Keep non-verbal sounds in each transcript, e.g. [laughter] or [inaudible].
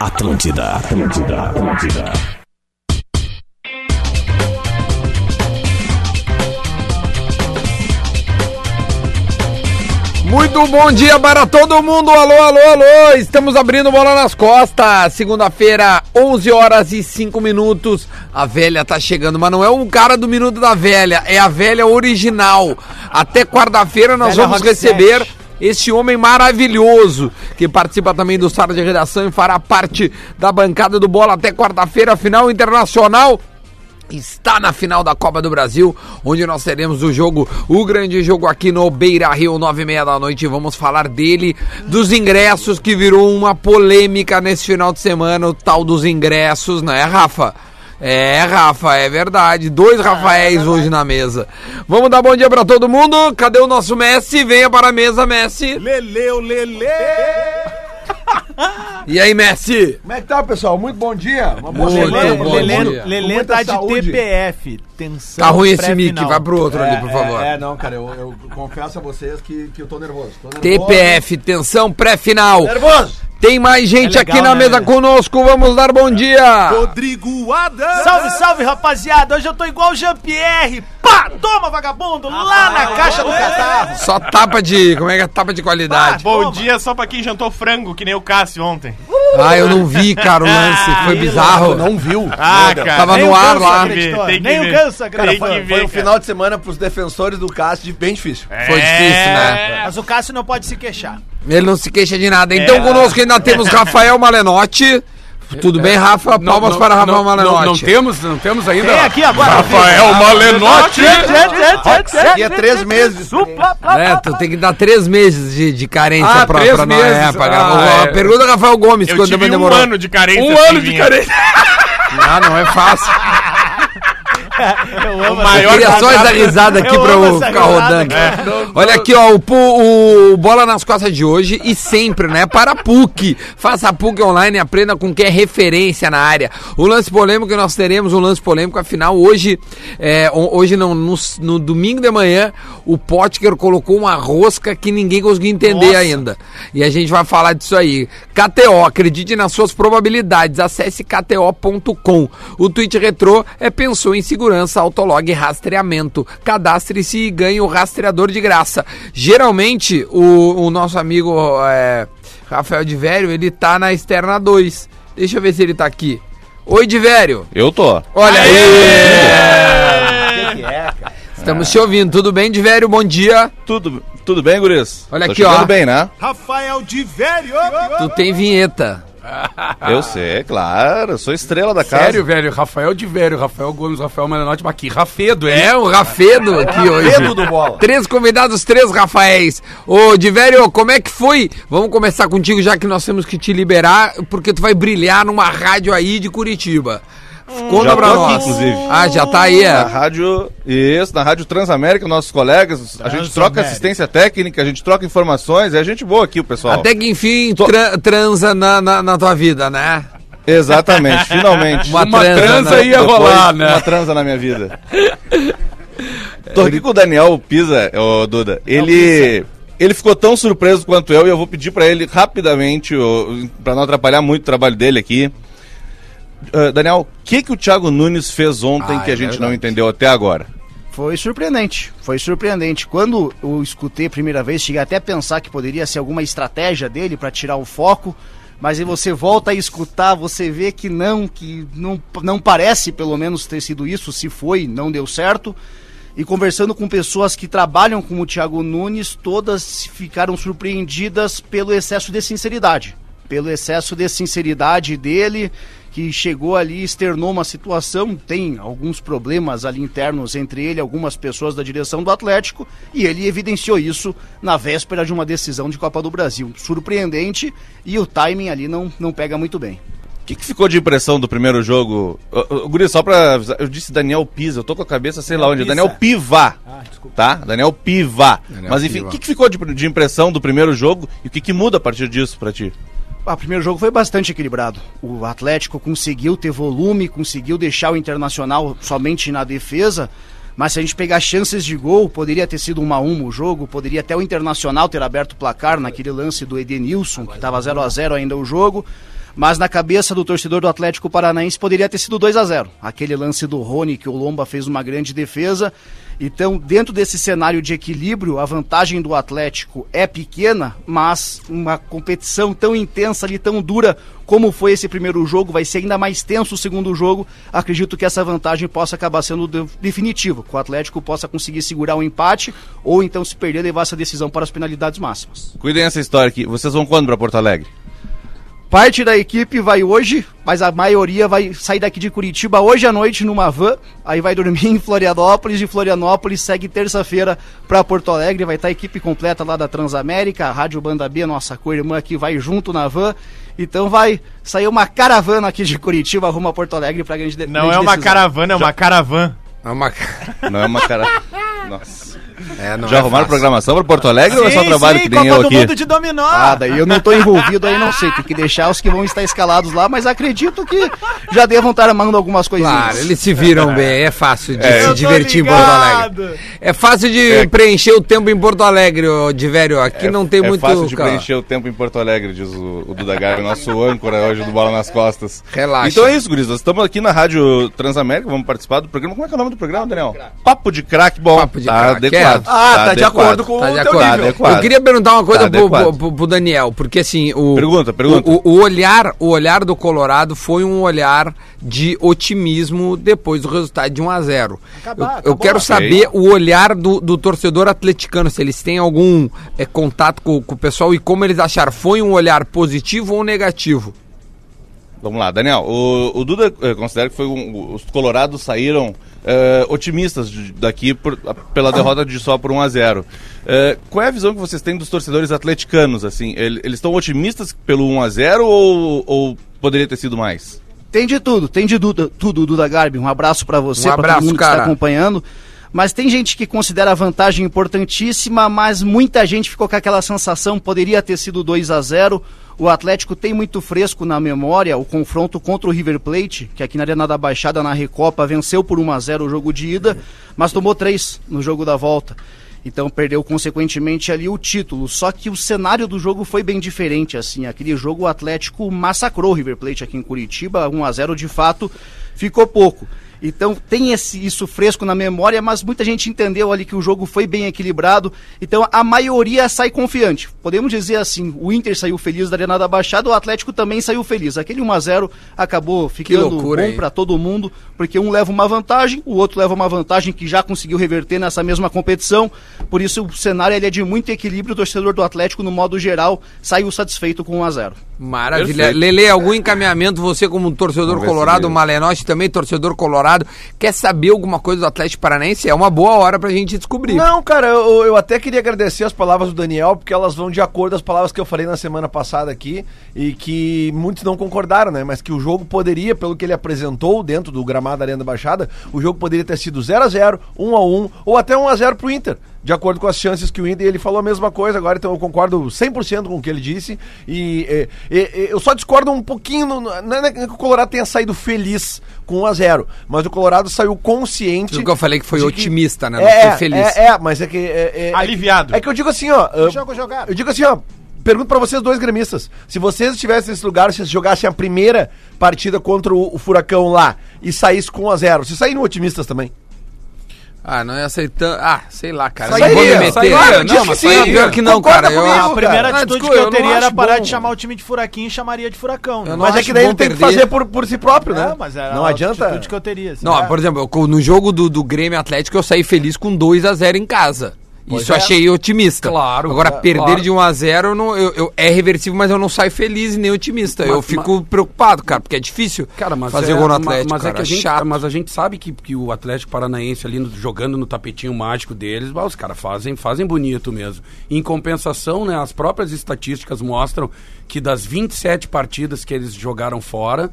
Atlântida, Atlântida, Atlântida. Muito bom dia para todo mundo. Alô, alô, alô. Estamos abrindo bola nas costas. Segunda-feira, 11 horas e 5 minutos. A velha tá chegando, mas não é um cara do minuto da velha, é a velha original. Até quarta-feira nós Velha vamos Rock receber Set. este homem maravilhoso que participa também do Sala de Redação e fará parte da bancada do Bola até quarta-feira, final internacional. Está na final da Copa do Brasil, onde nós teremos o jogo, o grande jogo aqui no Beira Rio, nove e meia da noite. Vamos falar dele, dos ingressos, que virou uma polêmica nesse final de semana, o tal dos ingressos, né, Rafa? É, Rafa, é verdade. Dois Rafaéis hoje na mesa. Vamos dar bom dia pra todo mundo. Cadê o nosso Messi? Venha para a mesa, Messi. Leleu, lele! E aí, Messi? Como é que tá, pessoal? Muito bom dia. Uma boa Muito semana. pra bom todo dia. mundo. Com Lelê muita tá de saúde. TPF. Tensão. Tá ruim esse mic, pré-final. vai pro outro É, ali, por é, favor. É, não, cara, eu, eu confesso a vocês que, que eu tô nervoso. Tô nervoso. TPF, tensão pré-final. Nervoso! Tem mais gente É legal, aqui na né, mesa Lelê? conosco. Vamos dar bom dia. Rodrigo Adams! Salve, salve, rapaziada. Hoje eu tô igual o Jean-Pierre. Pá! Toma, vagabundo! Lá na caixa do catarro. Só tapa de. Como é que é? Tapa de qualidade. Bom Toma. dia só pra quem jantou frango, que nem o Cássio ontem. Ah, eu não vi, cara, o lance. Foi bizarro. Não viu. Ah, cara. Tava Nem no o ar Ganso lá. Tem que acreditou. ver, tem que Nem o ver. Ganso é Tem acreditou. que Foi, ver, foi um cara. É. final de semana pros defensores do Cássio de bem difícil. Foi difícil, né? Mas o Cássio não pode se queixar. Ele não se queixa de nada. Então conosco ainda temos Rafael Malenotti. Tudo bem, Rafa? Palmas para Rafael Malenotti. Não, não temos, não temos ainda. É. Vem aqui agora. Ah, Rafael é Malenotti. né? E é três meses. É, tu tem que dar três meses de, de carência Ah, pra, três pra nós. meses. É, pra- Ah, a- é. Pergunta ao Rafael Gomes Eu quanto tive tempo um demorou. ano de carência. Um assim, ano de vinha. carência. Ah, não é fácil. Eu amo O maior Eu queria só contrato- essa risada aqui Eu pra eu amo essa ficar risada, rodando. É. cara. Olha aqui, ó, o, Pu- o Bola nas Costas de hoje e sempre, né? Para a PUC. Faça a PUC online e aprenda com quem é referência na área. O lance polêmico que nós teremos, um lance polêmico, afinal, hoje, é, o- hoje não, no, s- no domingo de manhã, o Potker colocou uma rosca que ninguém conseguiu entender Nossa. ainda. E a gente vai falar disso aí. KTO, acredite nas suas probabilidades. Acesse kto.com. O tweet retrô é pensou em segurança, autolog e rastreamento. Cadastre-se e ganhe o rastreador de graça. Geralmente, o, o nosso amigo é, Rafael de Vério, ele tá na externa 2. Deixa eu ver se ele tá aqui. Oi, de Vério. Eu tô. Olha aí. O que que é, cara? Estamos te ouvindo. Tudo bem, de Vério? Bom dia. Tudo, tudo bem, guris? Olha Tô aqui, chegando ó. bem, né? Rafael de Velho! Tu tem vinheta. Eu sei, é claro. Eu sou estrela da casa. Sério, velho. Rafael de velho. Rafael Gomes, Rafael Malenotti. Mas que rafedo, hein? É, o Rafedo aqui hoje. Pedro do bola. Três convidados, três Rafaéis. Ô, Diverio, como é que foi? Vamos começar contigo, já que nós temos que te liberar, porque tu vai brilhar numa rádio aí de Curitiba. Conta já pra tô aqui, nós. inclusive. Ah, já tá aí, Na é. rádio. Isso, na Rádio Transamérica, nossos colegas. A gente troca assistência técnica, a gente troca informações. É gente boa aqui, o pessoal. Até que enfim, tra- transa na, na, na tua vida, né? Exatamente, finalmente. Uma Uma transa, transa né? ia Depois, rolar, né? Uma transa na minha vida. Tô aqui com o Daniel Pisa, ô Duda. Ele. Ele ficou tão surpreso quanto eu e eu vou pedir pra ele rapidamente, ô, pra não atrapalhar muito o trabalho dele aqui. Ah, Daniel, o que, que o Thiago Nunes fez ontem Ah, que é a gente verdade. não entendeu até agora? Foi surpreendente, foi surpreendente. Quando eu escutei a primeira vez, cheguei até a pensar que poderia ser alguma estratégia dele para tirar É o foco, mas aí você volta a escutar, você vê que não, que não, não parece pelo menos ter sido isso, se foi, não deu certo. E conversando com pessoas que trabalham com o Thiago Nunes, todas ficaram surpreendidas pelo excesso de sinceridade. Pelo excesso de sinceridade dele, que chegou ali, externou uma situação, tem alguns problemas ali internos entre ele e algumas pessoas da direção do Atlético, e ele evidenciou isso na véspera de uma decisão de Copa do Brasil. Surpreendente, e o timing ali não, não pega muito bem. O que, que ficou de impressão do primeiro jogo? Ô, ô, Guri, só pra avisar, eu disse Daniel Pisa, eu tô com a cabeça sei lá onde. Pisa. Ah, Daniel Piva. Tá? Daniel Piva. Mas enfim, Piva. o que, que ficou de, de impressão do primeiro jogo e o que, que muda a partir disso pra ti? Ah, O primeiro jogo foi bastante equilibrado. O Atlético conseguiu ter volume, conseguiu deixar o Internacional somente na defesa. Mas se a gente pegar chances de gol, poderia ter sido 1 a 1 o jogo, poderia até o Internacional ter aberto o placar naquele lance do Edenilson, que estava 0 a 0 ainda o jogo. Mas na cabeça do torcedor do Atlético Paranaense poderia ter sido 2 a 0 Aquele lance do Rony, que o Lomba fez uma grande defesa. Então, dentro desse cenário de equilíbrio, a vantagem do Atlético é pequena, mas uma competição tão intensa ali, tão dura como foi esse primeiro jogo, vai ser ainda mais tenso o segundo jogo. Acredito que essa vantagem possa acabar sendo de- definitiva, que o Atlético possa conseguir segurar o empate ou então se perder levar essa decisão para as penalidades máximas. Cuidem essa história aqui. Vocês vão quando pra Porto Alegre? Parte da equipe vai hoje, mas a maioria vai sair daqui de Curitiba hoje à noite numa van, aí vai dormir [laughs] em Florianópolis, de Florianópolis segue terça-feira para Porto Alegre, vai estar a equipe completa lá da Transamérica, a Rádio Banda B, nossa co-irmã aqui, vai junto na van, então vai sair uma caravana aqui de Curitiba rumo a Porto Alegre para grande de- Não grande é uma né? decisão. caravana, é uma caravan. É uma... Não é uma cara. [laughs] Nossa. É, não Já é arrumaram fácil. programação pra Porto Alegre ou é só trabalho que nem Copa eu do aqui? Mundo de Dominó. Ah, daí eu não tô envolvido aí, não sei. Tem que deixar os que vão estar escalados lá, mas acredito que já devam estar amando algumas coisinhas. Claro, eles [laughs] se viram bem, é fácil de É. se Eu tô divertir em Porto ligado. Alegre. É fácil de É. preencher o tempo em Porto Alegre, ô, Diverio. Aqui não tem é muito. fácil de cara. preencher o tempo em Porto Alegre, diz o, o Duda Gaga, nosso âncora hoje do Bola nas Costas. Relaxa. Então é isso, guris. Nós estamos aqui na Rádio Transamérica, vamos participar do programa. Como é que é o nome do programa, Daniel? Papo de craque, bom. Papo de tá craque, adequado. é. Ah, tá de adequado. acordo com- Tá de Teu acordo. nível. Adequado. Eu queria perguntar uma coisa Tá pro, adequado. pro- pro Daniel, porque assim, o, Pergunta, pergunta. O, o olhar, o olhar do Colorado foi um olhar de otimismo depois do resultado de 1 a 0. eu, eu quero saber o olhar do, do torcedor atleticano, se eles têm algum eh, contato com, com o pessoal e como eles acharam, foi um olhar positivo ou negativo? Vamos lá, Daniel. O, o Duda eh, considera que foi um- os colorados saíram eh, otimistas de- daqui por- a- pela derrota de só por 1 a 0. Eh, qual é a visão que vocês têm dos torcedores atleticanos? Assim, Ele- eles estão otimistas pelo 1 a 0 ou, ou poderia ter sido mais? Tem de tudo, tem de Duda, tudo, Duda Garbi. Um abraço pra você, Um pra abraço, todo mundo que tá cara. está acompanhando. Mas tem gente que considera a vantagem importantíssima, mas muita gente ficou com aquela sensação, poderia ter sido 2 a 0 O Atlético tem muito fresco na memória o confronto contra o River Plate, que aqui na Arena da Baixada, na Recopa, venceu por 1 a 0 o jogo de ida, mas tomou 3 no jogo da volta. Então perdeu consequentemente ali o título. Só que o cenário do jogo foi bem diferente assim. Aquele jogo o Atlético massacrou o River Plate aqui em Curitiba, 1 a 0 de fato, ficou pouco. Então tem esse- isso fresco na memória, mas muita gente entendeu ali que o jogo foi bem equilibrado. Então a maioria sai confiante. Podemos dizer assim, o Inter saiu feliz da Arena da Baixada, o Atlético também saiu feliz. Aquele 1 a 0 acabou ficando loucura, bom hein? pra para todo mundo, porque um leva uma vantagem, o outro leva uma vantagem que já conseguiu reverter nessa mesma competição. Por isso o cenário ele é de muito equilíbrio, o torcedor do Atlético no modo geral saiu satisfeito com 1 a 0. Maravilha. Perfeito. Lele, algum encaminhamento, você como um torcedor Vamos ver se colorado, ele- Malenotti também torcedor colorado, quer saber alguma coisa do Atlético Paranaense? É uma boa hora pra gente descobrir. Não, cara, eu, eu até queria agradecer as palavras do Daniel, porque elas vão de acordo às palavras que eu falei na semana passada aqui e que muitos não concordaram, né? Mas que o jogo poderia, pelo que ele apresentou dentro do gramado da Arena da Baixada, o jogo poderia ter sido 0 a 0 1 a 1 ou até 1 a 0 pro Inter. De acordo com as chances que o Inter, e ele falou a mesma coisa agora, então eu concordo 100% com o que ele disse. E é, é, é, eu só discordo um pouquinho, no- no- não é que o Colorado tenha saído feliz com 1 a 0 mas o Colorado saiu consciente. Isso é que eu falei que foi de otimista, né? Não É, foi feliz. É, é, mas é que. É, é- Aliviado. É que eu digo assim, ó. Eu, eu digo assim, ó. Pergunto pra vocês dois gremistas. Se vocês estivessem nesse lugar, se vocês jogassem a primeira partida contra o, o Furacão lá e saísse com 1 a 0 vocês saíram otimistas também? Ah, não é aceitando. Ah, sei lá, cara. Sairia, não vou me meter. sairia. né? Claro, diz não, mas Tipo que sairia. assim, sim. pior que não, Concorda cara. Eu, comigo, a A primeira cara. atitude Ah, que desculpa, eu teria não era acho parar bom. de chamar o time de furaquinho e chamaria de furacão. né? Eu não Mas é acho que daí bom ele tem que perder. fazer por, por si próprio, né? É, mas era não a adianta. atitude que eu teria. assim. né? Não, É. por exemplo, eu- no jogo do, do Grêmio Atlético eu saí feliz com 2 a 0 em casa. Isso eu achei otimista. é. Claro, Agora, é, perder claro. de 1 a 0 eu não- eu- eu- é reversível, mas eu não saio feliz e nem otimista. eu Mas- fico preocupado, cara, porque é difícil Cara, mas fazer é- gol no ma- Atlético. Mas, cara, é que a gente, chato. mas a gente sabe que, que o Atlético Paranaense ali no- jogando no tapetinho mágico deles, bah, os caras fazem, fazem bonito mesmo. Em compensação, né, as próprias estatísticas mostram que das 27 partidas que eles jogaram fora,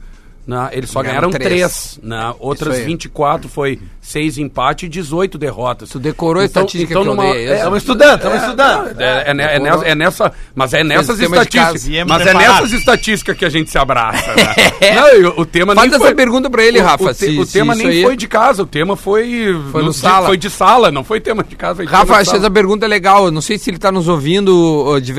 né, eles só Ganharam ganharam três. 3. Né, outras aí. 24 foi 6 empates e 18 derrotas. Tu decorou a estatística que eu dei, é, isso. Estamos estudando, estamos estudando. É, é ne- é nessa, é nessa- mas é nessas sistema de estatísticas. casa. E é mas é preparado. nessas estatísticas que a gente se abraça. [laughs] né? Não, e o, o tema Faz nem essa pergunta pra ele, o- o Rafa, te- O, se- se tema isso nem aí- é foi de casa, o tema é foi. Foi no de, sala. Foi de sala, não foi tema de casa. foi tema Rafa, de achei sala. essa é pergunta legal. Eu Não sei se ele tá nos ouvindo, ô, Diverio.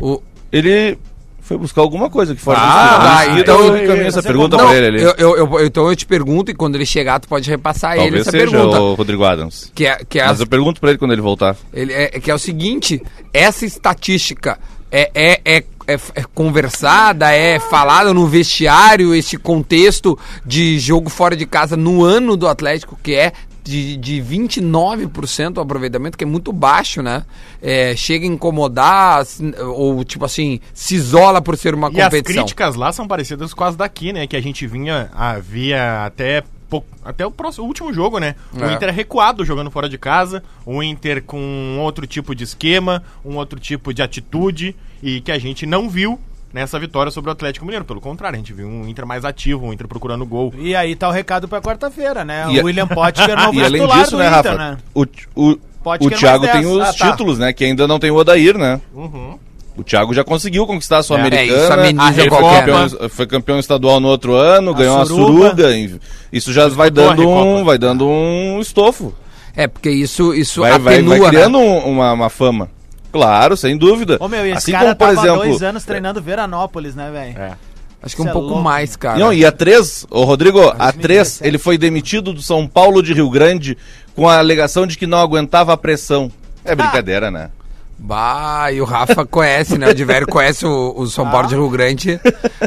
O, Ele foi buscar alguma coisa que fora Ah, do vai, circuito. então- eu encaminho essa pergunta Não, pra ele ali. eu- eu- eu- então eu te pergunto e quando ele chegar tu pode repassar ele Talvez essa seja pergunta. o Rodrigo Adams. Que é, que é, Mas eu pergunto pra ele quando ele voltar. ele é- que é o seguinte, essa estatística é, é, é, é f- é conversada, é falada no vestiário, esse contexto de jogo fora de casa no ano do Atlético, que é de, de 29% o aproveitamento, que é muito baixo, né? É, chega a incomodar, assim, ou tipo assim, se isola por ser uma E as competição. críticas lá são parecidas com as daqui, né? Que a gente vinha, havia até pou- até o, próximo, o último jogo, né? O É. Inter recuado jogando fora de casa, o Inter com outro tipo de esquema, um outro tipo de atitude e que a gente não viu nessa vitória sobre o Atlético Mineiro. Pelo contrário, a gente viu um Inter mais ativo, um Inter procurando gol. E aí tá o recado pra quarta-feira, né? E a- O [laughs] William Potker não E foi além titular disso, do né, Inter, Rafa? né? O, o, Pode o que é Thiago mais tem dessa. os Ah, tá. títulos, né? Que ainda não tem o Odair, né? Uhum. O Thiago já conseguiu conquistar a sua É, americana. isso ameniza ele foi qualquer, campeão, foi campeão estadual no outro ano, ganhou a Suruba. suruga. e Isso já vai Disputou a dando, um, Recopa. vai dando um estofo. É, porque isso, isso Vai, vai, atenua, vai né? criando um- uma, uma fama. Claro, sem dúvida. Ô, meu, e esse assim cara como, por tava há exemplo. é, dois anos treinando Veranópolis, né, velho? Acho que um Isso é pouco louco. mais, cara. Não, e a 3, ô Rodrigo, a 3, 2017. ele foi demitido do São Paulo de Rio Grande com a alegação de que não aguentava a pressão. Ah. É brincadeira, né? Bah, e o Rafa conhece, né? O Diverio conhece o, o São Paulo de Rio Grande,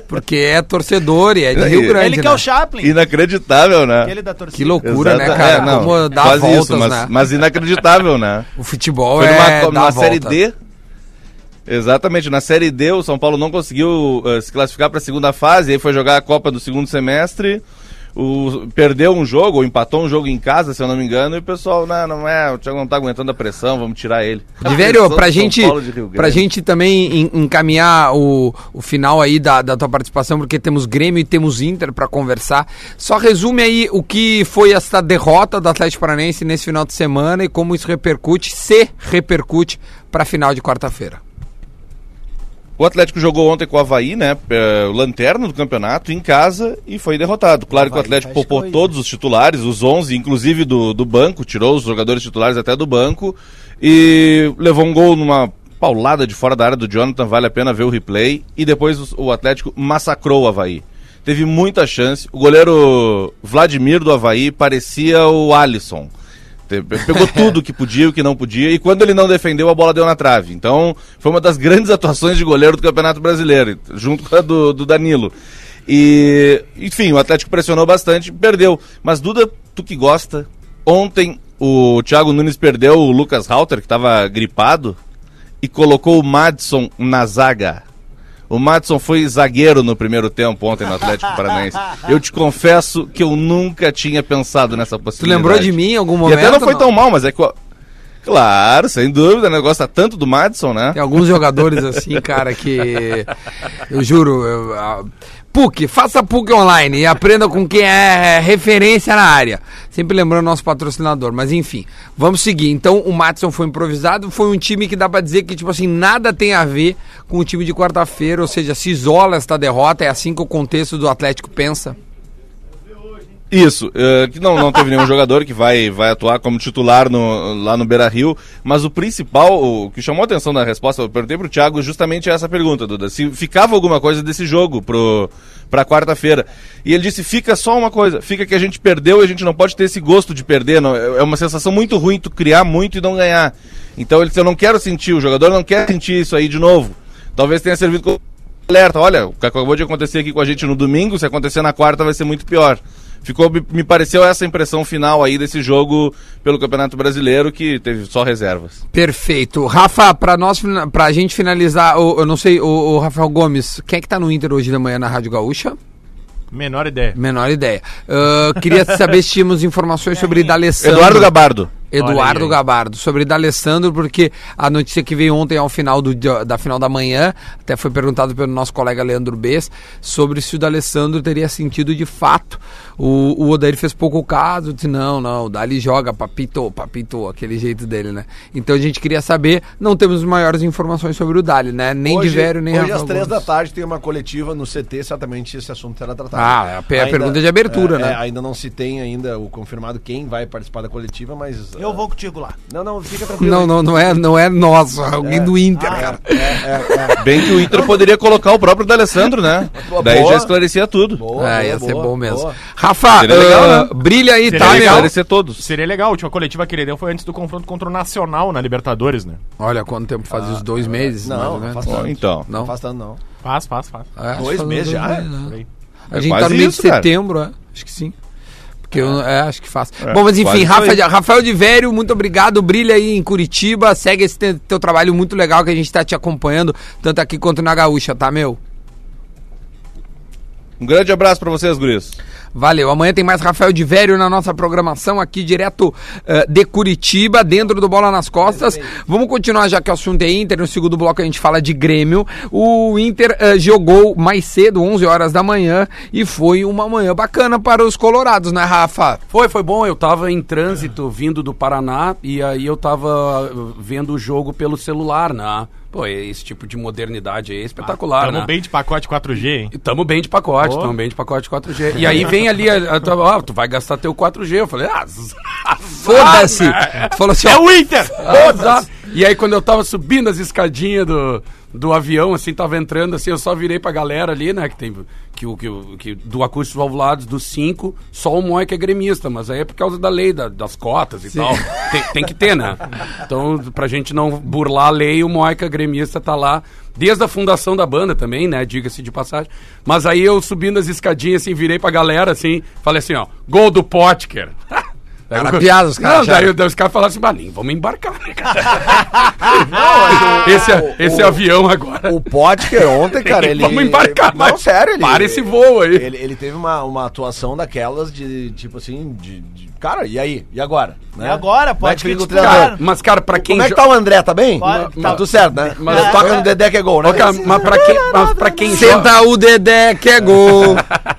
porque é torcedor e é de Ele- Rio Grande. Ele que né? é o Chaplin, [laughs] Inacreditável, né? aquele da torcida. Que loucura, Exata- né, cara? é, não, Como dá quase voltas, isso, mas, né? mas inacreditável, [laughs] né? O futebol Foi numa, é co- dá numa a volta. Série D. Exatamente, na Série D o São Paulo não conseguiu eh, se classificar para a segunda fase, aí foi jogar a Copa do segundo semestre, o, perdeu um jogo, ou empatou um jogo em casa, se eu não me engano, e o pessoal, não, não é, o Thiago não tá aguentando a pressão, vamos tirar ele. [laughs] Diverio, pra gente, pra pra gente também en- encaminhar o, o final aí da, da tua participação, porque temos Grêmio e temos Inter pra conversar. Só resume aí o que foi essa derrota do Atlético Paranense nesse final de semana e como isso repercute, se repercute, pra final de quarta-feira. O Atlético jogou ontem com o Havaí, né? eh, o lanterna do campeonato, em casa, e foi derrotado. Claro que o Atlético poupou todos os titulares, os 11, inclusive do, do banco, tirou os jogadores titulares até do banco, e levou um gol numa paulada de fora da área do Jonathan, vale a pena ver o replay, e depois os- o Atlético massacrou o Havaí. Teve muita chance, o goleiro Vladimir do Havaí parecia o Alisson. Te- pe- Pegou tudo que podia, o que não podia, e quando ele não defendeu, a bola deu na trave. Então, foi uma das grandes atuações de goleiro do Campeonato Brasileiro, junto com a do, do Danilo. E, enfim, o Atlético pressionou bastante, perdeu. Mas, Duda, tu que gosta, ontem o Thiago Nunes perdeu o Lucas Halter, que estava gripado, e colocou o Madison na zaga. O Madison foi zagueiro no primeiro tempo ontem no Atlético Paranaense. Eu te confesso que eu nunca tinha pensado nessa Tu possibilidade. lembrou de mim em algum E momento? até não foi não? tão mal, mas é que. o- Claro, sem dúvida, o negócio tá tanto do Madison, né? Tem alguns jogadores assim, cara, que. [laughs] Eu juro. Eu, a- PUC, faça PUC online e aprenda com quem é referência na área. Sempre lembrando nosso patrocinador, mas enfim. Vamos seguir. Então, o Matson foi improvisado. Foi um time que dá pra dizer que, tipo assim, nada tem a ver com o time de quarta-feira, ou seja, se isola esta derrota. É assim que o contexto do Atlético pensa. Isso, eh, que não, não teve nenhum [laughs] jogador que vai, vai atuar como titular no- lá no Beira Rio, mas o principal, o que chamou a atenção na resposta, eu perguntei pro Thiago justamente essa pergunta, Duda, se ficava alguma coisa desse jogo pro, pra quarta-feira. E ele disse: fica só uma coisa, fica que a gente perdeu e a gente não pode ter esse gosto de perder, não, é é uma sensação muito ruim tu criar muito e não ganhar. Então ele disse: eu não quero sentir, o jogador não quer sentir isso aí de novo. Talvez tenha servido como alerta, olha, o que acabou de acontecer aqui com a gente no domingo, se acontecer na quarta vai ser muito pior. Ficou, me- me pareceu essa impressão final aí desse jogo pelo Campeonato Brasileiro, que teve só reservas. Perfeito. Rafa, pra, nós, fina- pra gente finalizar, o- eu não sei, o, o Rafael Gomes, quem é que tá no Inter hoje de manhã na Rádio Gaúcha? Menor ideia. Menor ideia. Ahn, queria saber se tínhamos informações sobre D'Alessandro. Eduardo Gabardo. Olha aí, Eduardo aí. Gabardo. Sobre D'Alessandro, porque a notícia que veio ontem ao final do, dia- da final da manhã, até foi perguntado pelo nosso colega Leandro Bess, sobre se o D'Alessandro teria sentido de fato. O, o Odair fez pouco caso, disse não, não, o Dali joga, papito, papito, aquele jeito dele, né? Então a gente queria saber, não temos maiores informações sobre o Dali, né? Nem de velho, nem Hoje Rafael às três da Gomes. tarde tem uma coletiva no CT, certamente esse assunto será tratado. Ah, é a pe- a pergunta de abertura, é, né? é, ainda não se tem ainda o confirmado quem vai participar da coletiva, mas nossa. Eu vou contigo lá. Não, não, fica tranquilo. Não, não, não é, não é nosso, é alguém do Inter, Ah, cara. é, Bem que o Inter poderia colocar o próprio D'Alessandro, né? Daí já esclarecia tudo. é, ia ser bom mesmo. Rafa, Seria legal, né? ah, brilha aí, Seria tá, legal. meu? Esclarecer todos. Seria legal, a última coletiva que ele deu foi antes do confronto contra o Nacional na Libertadores, né? Olha quanto tempo faz os dois meses, não, mais ou menos. faz Ó, então. Não? Não faz tanto, não. Faz, faz, faz. É, acho que Dois faz uns meses já? né? Por aí. A É gente tá quase no mês isso, de cara. setembro, é? acho que sim. Porque eu é, acho que faço. Bom, mas quase enfim, isso Rafa, aí. de- Rafael de Vério, muito obrigado. Brilha aí em Curitiba. Segue esse te- teu trabalho muito legal que a gente tá te acompanhando, tanto aqui quanto na Gaúcha, tá, meu? Um grande abraço pra vocês, guris. Valeu. Amanhã tem mais Rafael de Vério na nossa programação aqui direto eh, de Curitiba, dentro do Bola nas Costas. Vamos continuar já que o assunto é Inter. No segundo bloco a gente fala de Grêmio. O Inter eh, jogou mais cedo, 11 horas da manhã, e foi uma manhã bacana para os colorados, né, Rafa? Foi, foi bom. Eu tava em trânsito vindo do Paraná e aí eu tava uh, vendo o jogo pelo celular, né? Pô, esse tipo de modernidade aí é espetacular, Tamo né? bem de pacote 4G, hein? E Tamo bem de pacote, tamo bem de pacote 4G. E aí vem ali, a- a- tu- ó, tu vai gastar teu 4G. Eu falei, ah, z- Foda-se! Ah, Tu falou assim, É ó, Inter! foda-se. E aí quando eu tava subindo as escadinhas do, do avião, assim, tava entrando, assim, eu só virei pra galera ali, né, que tem, que, o- que, o- que do acústico valvulados, dos cinco, só o Moi que é gremista, mas aí é por causa da lei, da- das cotas e tal. Tem, tem que ter, né? Então, pra gente não burlar a lei, o Moi que é gremista tá lá Desde a fundação da banda também, né? Diga-se de passagem. Mas aí eu subindo as escadinhas, assim, virei pra galera, assim, falei assim, ó, gol do Potker. [laughs] Daí Era eu- piada, os caras Não, daí, acharam. daí os caras falaram assim, Maninho, vamos embarcar, [laughs] né, cara? é esse esse avião agora. O Potker [laughs] ontem, cara, ele. vamos embarcar, Não, mas sério, ele. Para esse voo aí. Ele, ele teve uma, uma atuação daquelas de, tipo assim, de. de- cara, e aí? E agora? E agora, pode Como é que fica o criticar. Cara, treinador? mas, cara, pra quem... Como é que jo- tá o André, tá bem? Pode, Tá tá. tudo certo, né? Mas Mas toca no Dedé que é gol, né? Ô, cara, mas pra quem, mas pra quem jo- senta o Dedé que é [laughs] gol.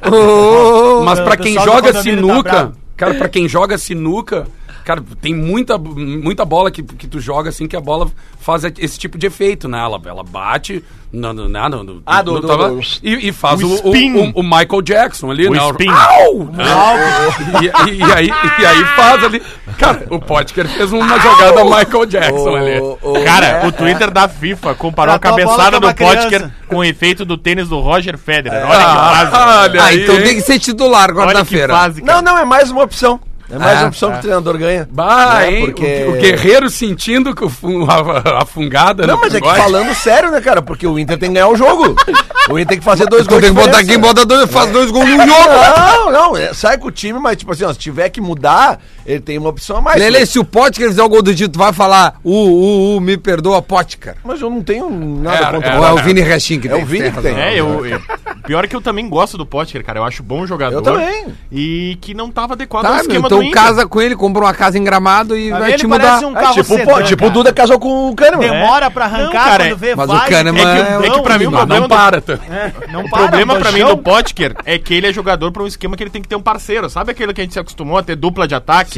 Oh, oh, oh. Mas Não, pra o quem pessoal do joga condomínio tá sinuca, bravo. cara, pra quem joga sinuca, cara, tem muita, muita bola que, que tu joga assim que a bola faz esse tipo de efeito, né? Ela, ela bate no, no, na- no, no- Ah, do- no- do- tava- do- e, e faz O o, o, spin. o- o Michael Jackson ali, O né? spin. Au! né? E, e- e aí, e aí faz ali. Cara, o Potker fez uma jogada Michael Jackson ali. Cara, o Twitter da FIFA comparou a Tratou a bola cabeçada com uma do Potker criança. com o efeito do tênis do Roger É, Federer. Olha que frase. Ah, olha Ah, aí, então hein? tem que ser titular Olha que quarta-feira. fase, cara. Não, não, é mais uma opção. É mais Ah, uma opção que o treinador ganha. Bah, Né, hein? porque- O, o guerreiro sentindo que o fun- a, a fungada. Não, no mas é que bigode. falando sério, né, cara? Porque o Inter tem que ganhar o jogo. O Inter tem que fazer dois Tu gols. Então tem de que botar diferença. assim. quem bota dois, É. faz dois gols no jogo. Não, não, é, sai com o time, mas tipo assim, ó, se tiver que mudar, ele tem uma opção a mais. Lele, se o Potker fizer o gol do Dito, vai falar, o, o, o, me perdoa, Potker. Mas eu não tenho nada É, contra é, o Ou é Bola. o Vini Restin que É o Vini que tem. É, eu, eu- Pior é que eu também gosto do Potker, cara. Eu acho bom jogador. Eu também. E que não tava adequado Tá, meu, então casa com ele, compra uma casa em Gramado e vai te Ele mudar. parece um É, carro tipo, o sedã, pô, tipo o cara. Duda casou com o Kahneman. Demora pra arrancar Não, cara, quando vê, mas o vai. Kahneman é é- que, é que pra mim o Mas problema não do- para também. não O problema pra mim do Potker é que ele é jogador pra um esquema que ele tem que ter um parceiro. Sabe aquele que a gente se acostumou a ter dupla de ataque?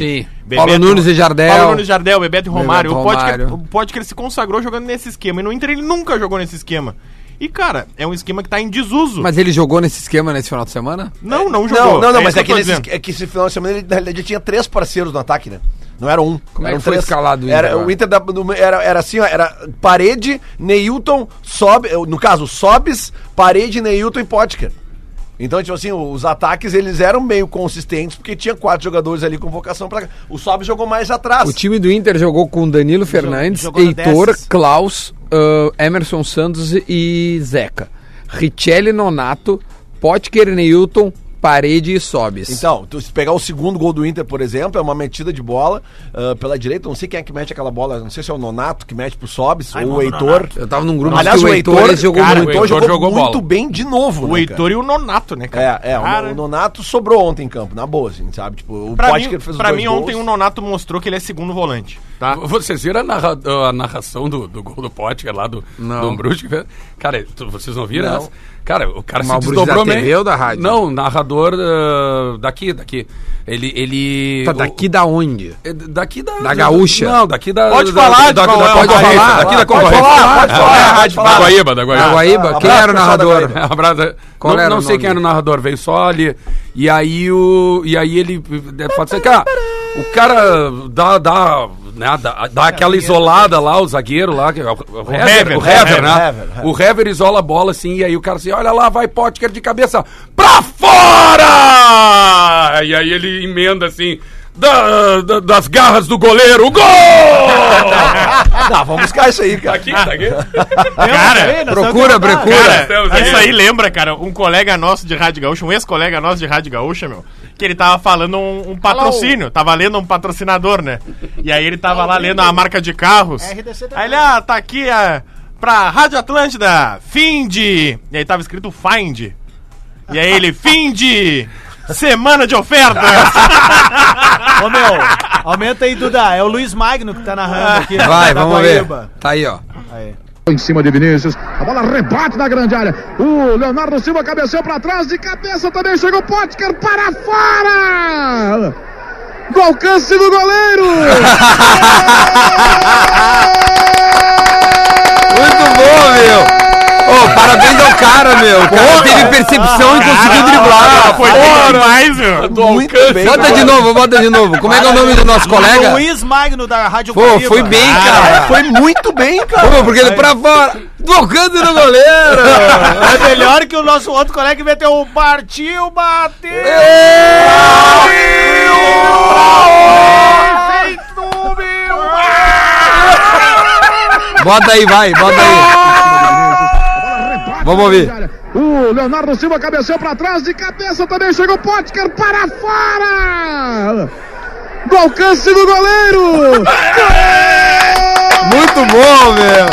Sim. Paulo Nunes e Jardel. Paulo Nunes e Jardel, Bebeto e Romário. Bebeto o, Potker, Romário. o Potker se consagrou jogando nesse esquema. E no Inter ele nunca jogou nesse esquema. E, cara, é um esquema que tá em desuso. Mas ele jogou nesse esquema nesse final de semana? não, não jogou. Não, não, não, mas isso é eu que, tô nesse- dizendo. é que esse final de semana ele, na realidade, tinha três parceiros no ataque, né? Não era um. Como é eram que foi escalado o Inter Era, agora? o Inter da- do- era, era assim, ó, era parede, Neilton, sobe. No caso, Sobes, parede, Neilton e Potker. Então, tipo assim, os ataques eles eram meio consistentes, porque tinha quatro jogadores ali com vocação pra. O Sobes jogou mais atrás. O time do Inter jogou com Danilo Fernandes, jogou na Heitor, dessas. Klaus, ah, Emerson Santos e Zeca. Richelli Nonato, Potker, Neilton, Parede e Sobis. Então, tu- se pegar o segundo gol do Inter, por exemplo, é uma metida de bola ah, pela direita. Não sei quem é que mete aquela bola, não sei se é o Nonato que mete pro Sobes ou o Heitor. Eu tava num grupo Aliás, que o Heitor, ele jogou cara, muito. o Heitor jogou, jogou muito bola. bem de novo. O né, Heitor e o Nonato, né, cara? É, é, o- Cara, o Nonato sobrou ontem em campo, na boa, assim, sabe? Tipo, o Pra Potker mim, fez os pra dois mim gols. [laughs] ontem o Nonato mostrou que ele é segundo volante, tá? V- Vocês viram a, narra- a narração do, do gol do Potker lá do, do Bruxo? que fez? Cara, tu- vocês não viram essa? Cara, o cara Mas o se Bruce da desdobrou TV meio- ou da rádio? Não, o narrador ah, daqui, daqui. Ele. ele Tá o- daqui da onde? é, daqui da. Da Gaúcha. Não, daqui da. Pode da- falar, da, da, de qual é, da pode concorrência, falar. Daqui da Pode concorrência. falar, pode falar. É, a rádio da Guaíba, da Guaíba. Da Guaíba? abraço, Quem era o pessoal da narrador? Guaíba. Abraço. Qual não, era não o sei nome? quem era o narrador, veio só ali. E aí o. E aí ele. é, Pode ser, cara. O cara dá, dá, né, dá, dá aquela isolada lá, o zagueiro lá, que é o, o, Hever, Hever, o Hever, Hever, né? Hever, Hever. O Hever isola a bola assim, e aí o cara assim, olha lá, vai Potker de cabeça, pra fora! E aí ele emenda assim, "Da- da- das garras do goleiro, gol! Ah, Não, vamos buscar isso aí, cara. aqui, tá aqui. Cara, Procura, procura. cara, isso aí lembra, cara, um colega nosso de Rádio Gaúcha, um ex-colega nosso de Rádio Gaúcha, meu, que ele tava falando um, um patrocínio, tava lendo um patrocinador, né? E aí ele tava lá lendo a marca de carros. RDC também. Aí ele, ah, tá aqui ah, pra Rádio Atlântida, Find. E aí tava escrito Find. E aí ele, Find! Semana de ofertas! Ô, meu, aumenta aí, Duda. É o Luiz Magno que tá narrando aqui. Ah. Vai, da vamos ver. Guaíba. Tá aí, ó. Aí. Em cima de Vinícius. A bola rebate na grande área. O Leonardo Silva cabeceou pra trás. De cabeça também chegou o Potker para fora! Do alcance do goleiro! [laughs] Muito bom, meu. Ô, parabéns ao cara, meu. O cara teve percepção e conseguiu driblar. Foi bem demais, meu! Muito bem, Bota de cara. novo, bota de novo. Como é que é o nome do nosso colega? Luiz Magno da Rádio Pô, foi bem, cara. Ah, Foi muito bem, cara. Pô, porque ele pra fora. Tocando no goleiro. É melhor que o nosso outro colega que meteu o partiu, bateu. Perfeito, meu. Bota aí, vai, bota aí. Vamos ouvir. O Leonardo Silva cabeceou pra trás. De cabeça também chegou o Potker para fora! Do alcance do goleiro! Muito bom, meu.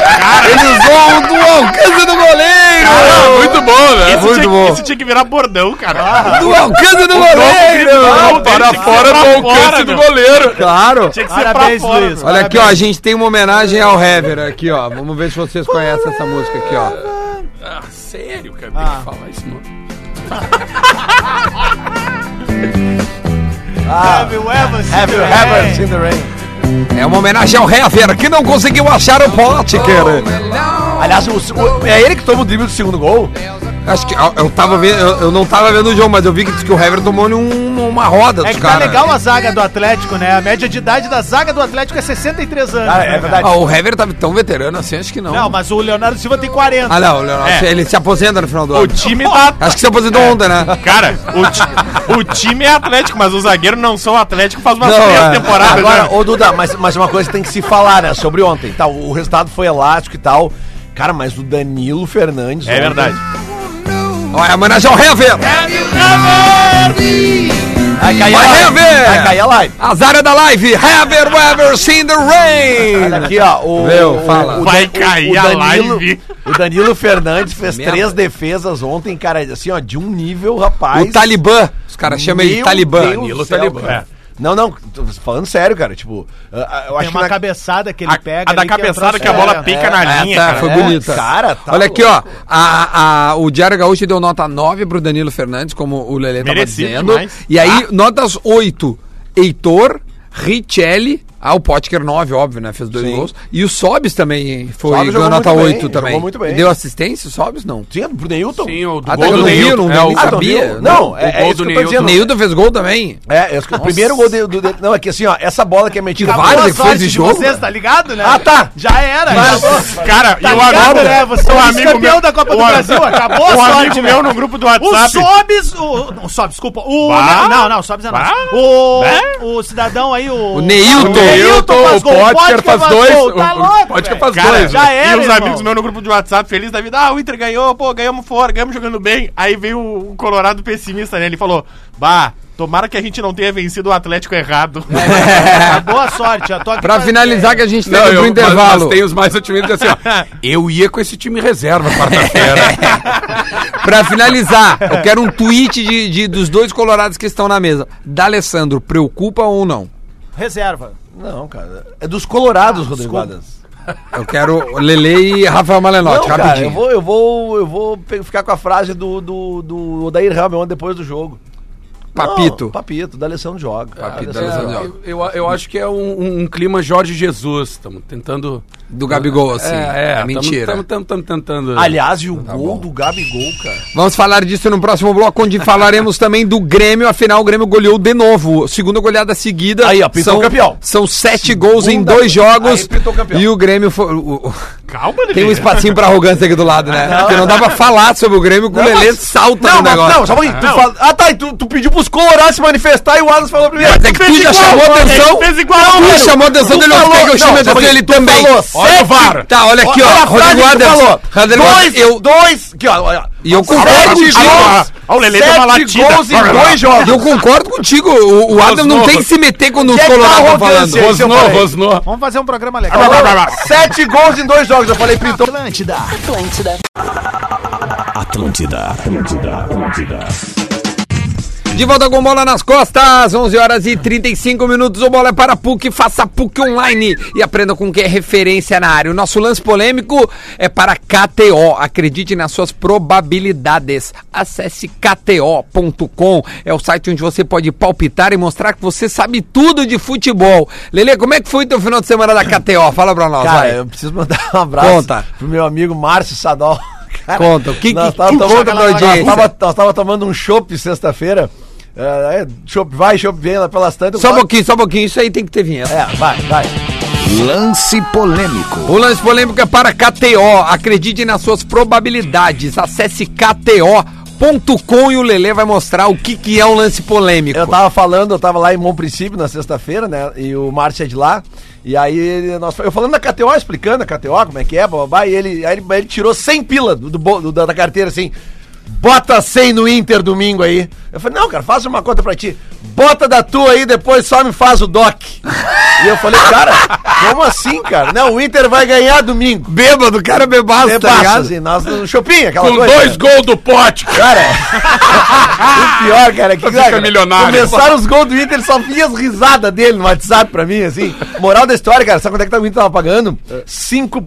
Ele usou o do alcance do goleiro. Muito bom, né? velho. Esse, Muito tinha, bom. esse tinha que virar bordão, cara. Do alcance do goleiro. Não, para fora do alcance do goleiro. Claro. Tinha que ser Parabéns, pra fora. Luiz. Olha aqui, ó, a gente tem uma homenagem ao Hever aqui, ó. Vamos ver se vocês conhecem essa música aqui, ó. Ah, sério, cara, tem Ah. que falar isso, mano. Have you ever seen Have you the ever rain? seen the rain? É uma homenagem ao Hever, que não conseguiu achar o Potker. Aliás, o- o- é ele que toma o drible do segundo gol? É. Acho que eu, eu tava vendo, eu, eu não tava vendo o jogo, mas eu vi que, diz que o Hever tomou um, uma roda É dos que tá caras. legal a zaga do Atlético, né? A média de idade da zaga do Atlético é 63 anos. Cara, né, é verdade. Ah, o Hever tava tão veterano assim, acho que não. Não, mas o Leonardo Silva tem 40. Ah, não, Leonardo, É. ele se aposenta no final do O ano. time tá Acho que se aposentou É. ontem, né? Cara, o, ti- o time é Atlético, mas os zagueiros não são Atlético faz umas Não, três é. temporadas. Agora, né? ô Duda, mas, mas uma coisa tem que se falar, né? Sobre ontem. Tá, o o resultado foi elástico e tal. Cara, mas o Danilo Fernandes. É ontem- verdade. Olha, homenagem ao Hever. Vai cair a Vai, live. Hever! Vai cair a live. As áreas da live. Hever, Weber, seen the rain. Olha aqui, ó. O, Meu, o- fala. o- o- Vai o- cair o a Danilo- live. O Danilo Fernandes fez Merda. três defesas ontem, cara, assim, ó, de um nível, rapaz. O Talibã. Os caras chamam ele de Meu Talibã. Deus Danilo do céu, Talibã. cara. Não, não, tô falando sério, cara. Tipo, ah, eu Tem acho uma que. na- cabeçada que ele A, pega. a da ali é cabeçada que a troço- bola É. pica na linha, Essa cara. Tá, foi É, bonita. cara, tá Olha aqui, ó. louco. A, a- o Diário Gaúcho deu nota 9 pro Danilo Fernandes, como o Lelê tava Merecido dizendo. demais. Tá. E aí, notas 8. Heitor, Richelli. Ah, o Potker 9, óbvio, né? Fez dois Sim. gols. E o Sobis também foi Sobis deu jogou nota muito 8 bem, jogou também. muito bem. E deu assistência o Sobis? Não. Tinha pro é Neilton? Sim, o do Ah, gol tá, do eu não vi, eu Neilton. não é, vi. o- Ah, Sabia? não viu? Não, Não, é, o é isso que gol do eu tô Neilton. O dizendo. Neildo fez gol também. É, é isso que- o primeiro gol de- do, de- Não, é que assim, ó, essa bola que é metida. Cavalo. Várias Boa que fez sorte de de jogo, vocês, tá ligado, né? Ah, tá. Já era. acabou. Cara, Tá e o ligado, amigo, né? um Você é o o amigo vice-campeão meu da Copa do o a- Brasil, acabou a o sorte, um amigo meu. meu no grupo do O WhatsApp. Sobis. O, não, o Sobis, desculpa. O, Bah. não, não, não, o Sobis é Bah. nosso. O, Né? o cidadão aí, o. O Neilton. O Neilton faz gol. O Potker faz dois. Tá louco. velho. faz cara, dois. Já era, E os irmão. amigos meus no grupo de WhatsApp, feliz da vida. Ah, o Inter ganhou, pô, ganhamos fora, ganhamos jogando bem. Aí veio o Colorado pessimista, né? Ele falou, bah, tomara que a gente não tenha vencido o Atlético errado. é, Ah, boa sorte. [laughs] Eu tô aqui Pra finalizar que a gente Não, teve pro eu- Mas, intervalo. mas tem os mais otimistas assim, ó. [laughs] Eu ia com esse time reserva quarta-feira. Pra finalizar, eu quero um tweet de, de- dos dois colorados que estão na mesa. D'Alessandro, preocupa ou não? Reserva. Não, cara. É dos Colorados, Rodrigo Adams. Eu quero Lele e Rafael Não, Malenotti, cara, eu rapidinho. vou, eu vou, eu vou pe- ficar com a frase do, do, do Odair Helm depois do jogo. Papito. Papito, da Alessandro joga. Papito, da Alessandro joga. É, eu, eu, eu acho que é um, um- um clima Jorge Jesus. Estamos tentando. do Gabigol, assim. É, é, tamo- mentira. tamo- tamo- tamo tentando. Aliás, e o tá gol do Gabigol, cara? Vamos falar disso no próximo bloco, onde falaremos também do Grêmio. Afinal, o Grêmio goleou de novo. Segunda goleada seguida. Aí, ó, pintou são, o campeão. São sete gols em dois Aí, jogos. pintou o campeão. e o Grêmio foi. o- o- Calma, tem um espacinho pra arrogância aqui do lado, Ah, né? Porque não dá pra falar sobre o Grêmio que o Lelê salta no mas- negócio. não, só um pouquinho. Tu fala- ah, tá, e tu, tu pediu pros colorados se manifestar e o Alas falou primeiro. Mas é que tu já chamou atenção. Fez igual Tu chamou atenção dele, eu quero que eu chame a um atenção dele também. Olha o VAR. Tá, olha aqui, ó. Rodrigo Anderson. Rodrigo Dois, Anderson, eu- dois. Aqui, ó, olha. E eu concordo Sete contigo. gols. Olha o Lelê deu uma Sete latida. gols em dois jogos. Eu concordo contigo. O, o Adam não Rosnovo. tem que se meter quando os Onde é que tá a colorados estão arrogância falando. aí? Rosnou, Rosnou. Vamos fazer um programa legal. Falou, Sete gols em dois jogos. Eu falei, pintou. Atlântida. Atlântida. De volta com bola nas costas, 11 horas e 35 minutos. O bola é para a PUC, faça PUC online e aprenda com quem é referência na área. O nosso lance polêmico é para KTO. Acredite nas suas probabilidades. Acesse KTO.com, é o site onde você pode palpitar e mostrar que você sabe tudo de futebol. Lele, como é que foi teu final de semana da KTO? Fala pra nós, Cara, vai. eu preciso mandar um abraço Conta. pro meu amigo Márcio Sadol. Cara, Conta, o que- nós que- tava que tomando- conta pra nós audiência? tava- Nós tava tomando um chopp sexta-feira. É, é, chopp vai, chopp vem lá pelas tantas. Só um pouquinho, só um pouquinho. Isso aí tem que ter vinheta. É, vai, vai. Lance polêmico. O lance polêmico é para KTO. Acredite nas suas probabilidades. Acesse KTO.com e o Lelê vai mostrar o que, que é um lance polêmico. Eu tava falando, eu tava lá em Bom Princípio na sexta-feira, né? E o Márcio é de lá. E aí ele- nós, eu falando da KTO, explicando a KTO, como é que é, bababá, e ele, aí ele, ele tirou 100 pila do, bol- do- da, da carteira assim. Bota 100 no Inter domingo aí. Eu falei, não, cara, faça uma conta pra ti. Bota da tua aí, depois só me faz o doc. e eu falei, cara, como assim, cara? Não, o Inter vai ganhar domingo. Bêbado, o cara é bebaço, Bebaço, assim, nós no shopping, aquela Com coisa. dois gols do pote. Cara, o pior, cara, é que Fica cara, milionário. começaram os gols do Inter, só vi as risadas dele no WhatsApp pra mim, assim. Moral da história, cara, sabe quanto é que tá- o Inter tava pagando? É.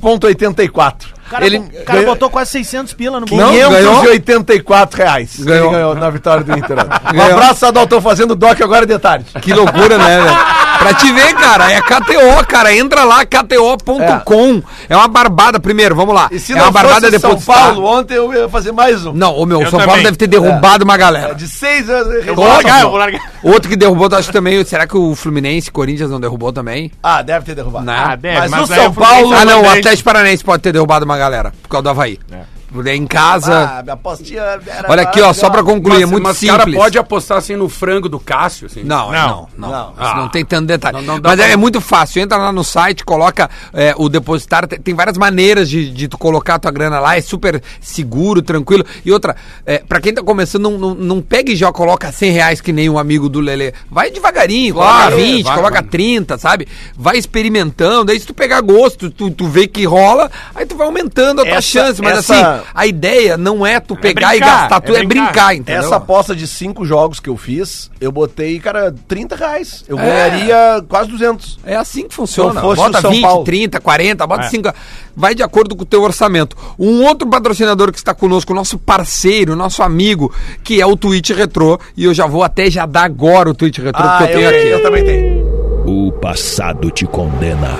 5,84. O cara, Ele o cara ganhou- botou quase 600 pila no bolso. Não, ganhou? 584 reais. Ganhou. Ele ganhou na vitória do Inter. [laughs] Um Ganhou. abraço, Adol. Tô fazendo doc agora de tarde. Que loucura, né, velho? Pra te ver, cara, é KTO, cara. Entra lá, KTO.com. É. uma barbada, primeiro, vamos lá. E se é não uma barbada fosse São depositar- Paulo, ontem eu ia fazer mais um. Não, o meu, o Eu São Paulo também. deve ter derrubado uma galera. É De seis anos. Eu vou largar, eu vou largar. Outro que derrubou, eu acho também. Será que o Fluminense, Corinthians não derrubou também? Ah, deve ter derrubado. Né? Ah, deve, Mas mas, o aí São eu Fluminense Paulo- Ah, não, o mandei. Atlético Paranaense pode ter derrubado uma galera por causa do Havaí. É. Em casa. Ah, minha apostinha era Olha aqui, ó, só pra concluir, é muito mas simples. cara pode apostar assim no frango do Cássio, assim. Não, é não, Não. não. Não. Isso não tem tanto detalhe. Não, não dá Mas é, pra- é muito fácil. Entra lá no site, coloca é, o depositário. Tem, tem várias maneiras de, de tu colocar tua grana lá. É super seguro, tranquilo. E outra, é, pra quem tá começando, não, não, não pega e já coloca 100 reais que nem um amigo do Lelê. Vai devagarinho, coloca 20, vai, coloca vai. 30, sabe? Vai experimentando. Aí se tu pegar gosto, tu, tu vê que rola, aí tu vai aumentando a tua Essa- chance. Mas essa- assim, a ideia não é tu pegar brincar, e gastar. Tu, é, é brincar, brincar. entendeu? Essa aposta de cinco jogos que eu fiz, eu botei, cara, 30 reais. Eu É. ganharia quase 200. É assim que funciona. Não fosse Bota o São 20, Paulo. É. 30, 40, bota 5. Vai de acordo com o teu orçamento. Um outro patrocinador que está conosco, nosso parceiro, nosso amigo, que é o Twitch Retro. E eu já vou até já dar agora o Twitch Retro que eu tenho aqui. Ah, eu também tenho. O passado te condena.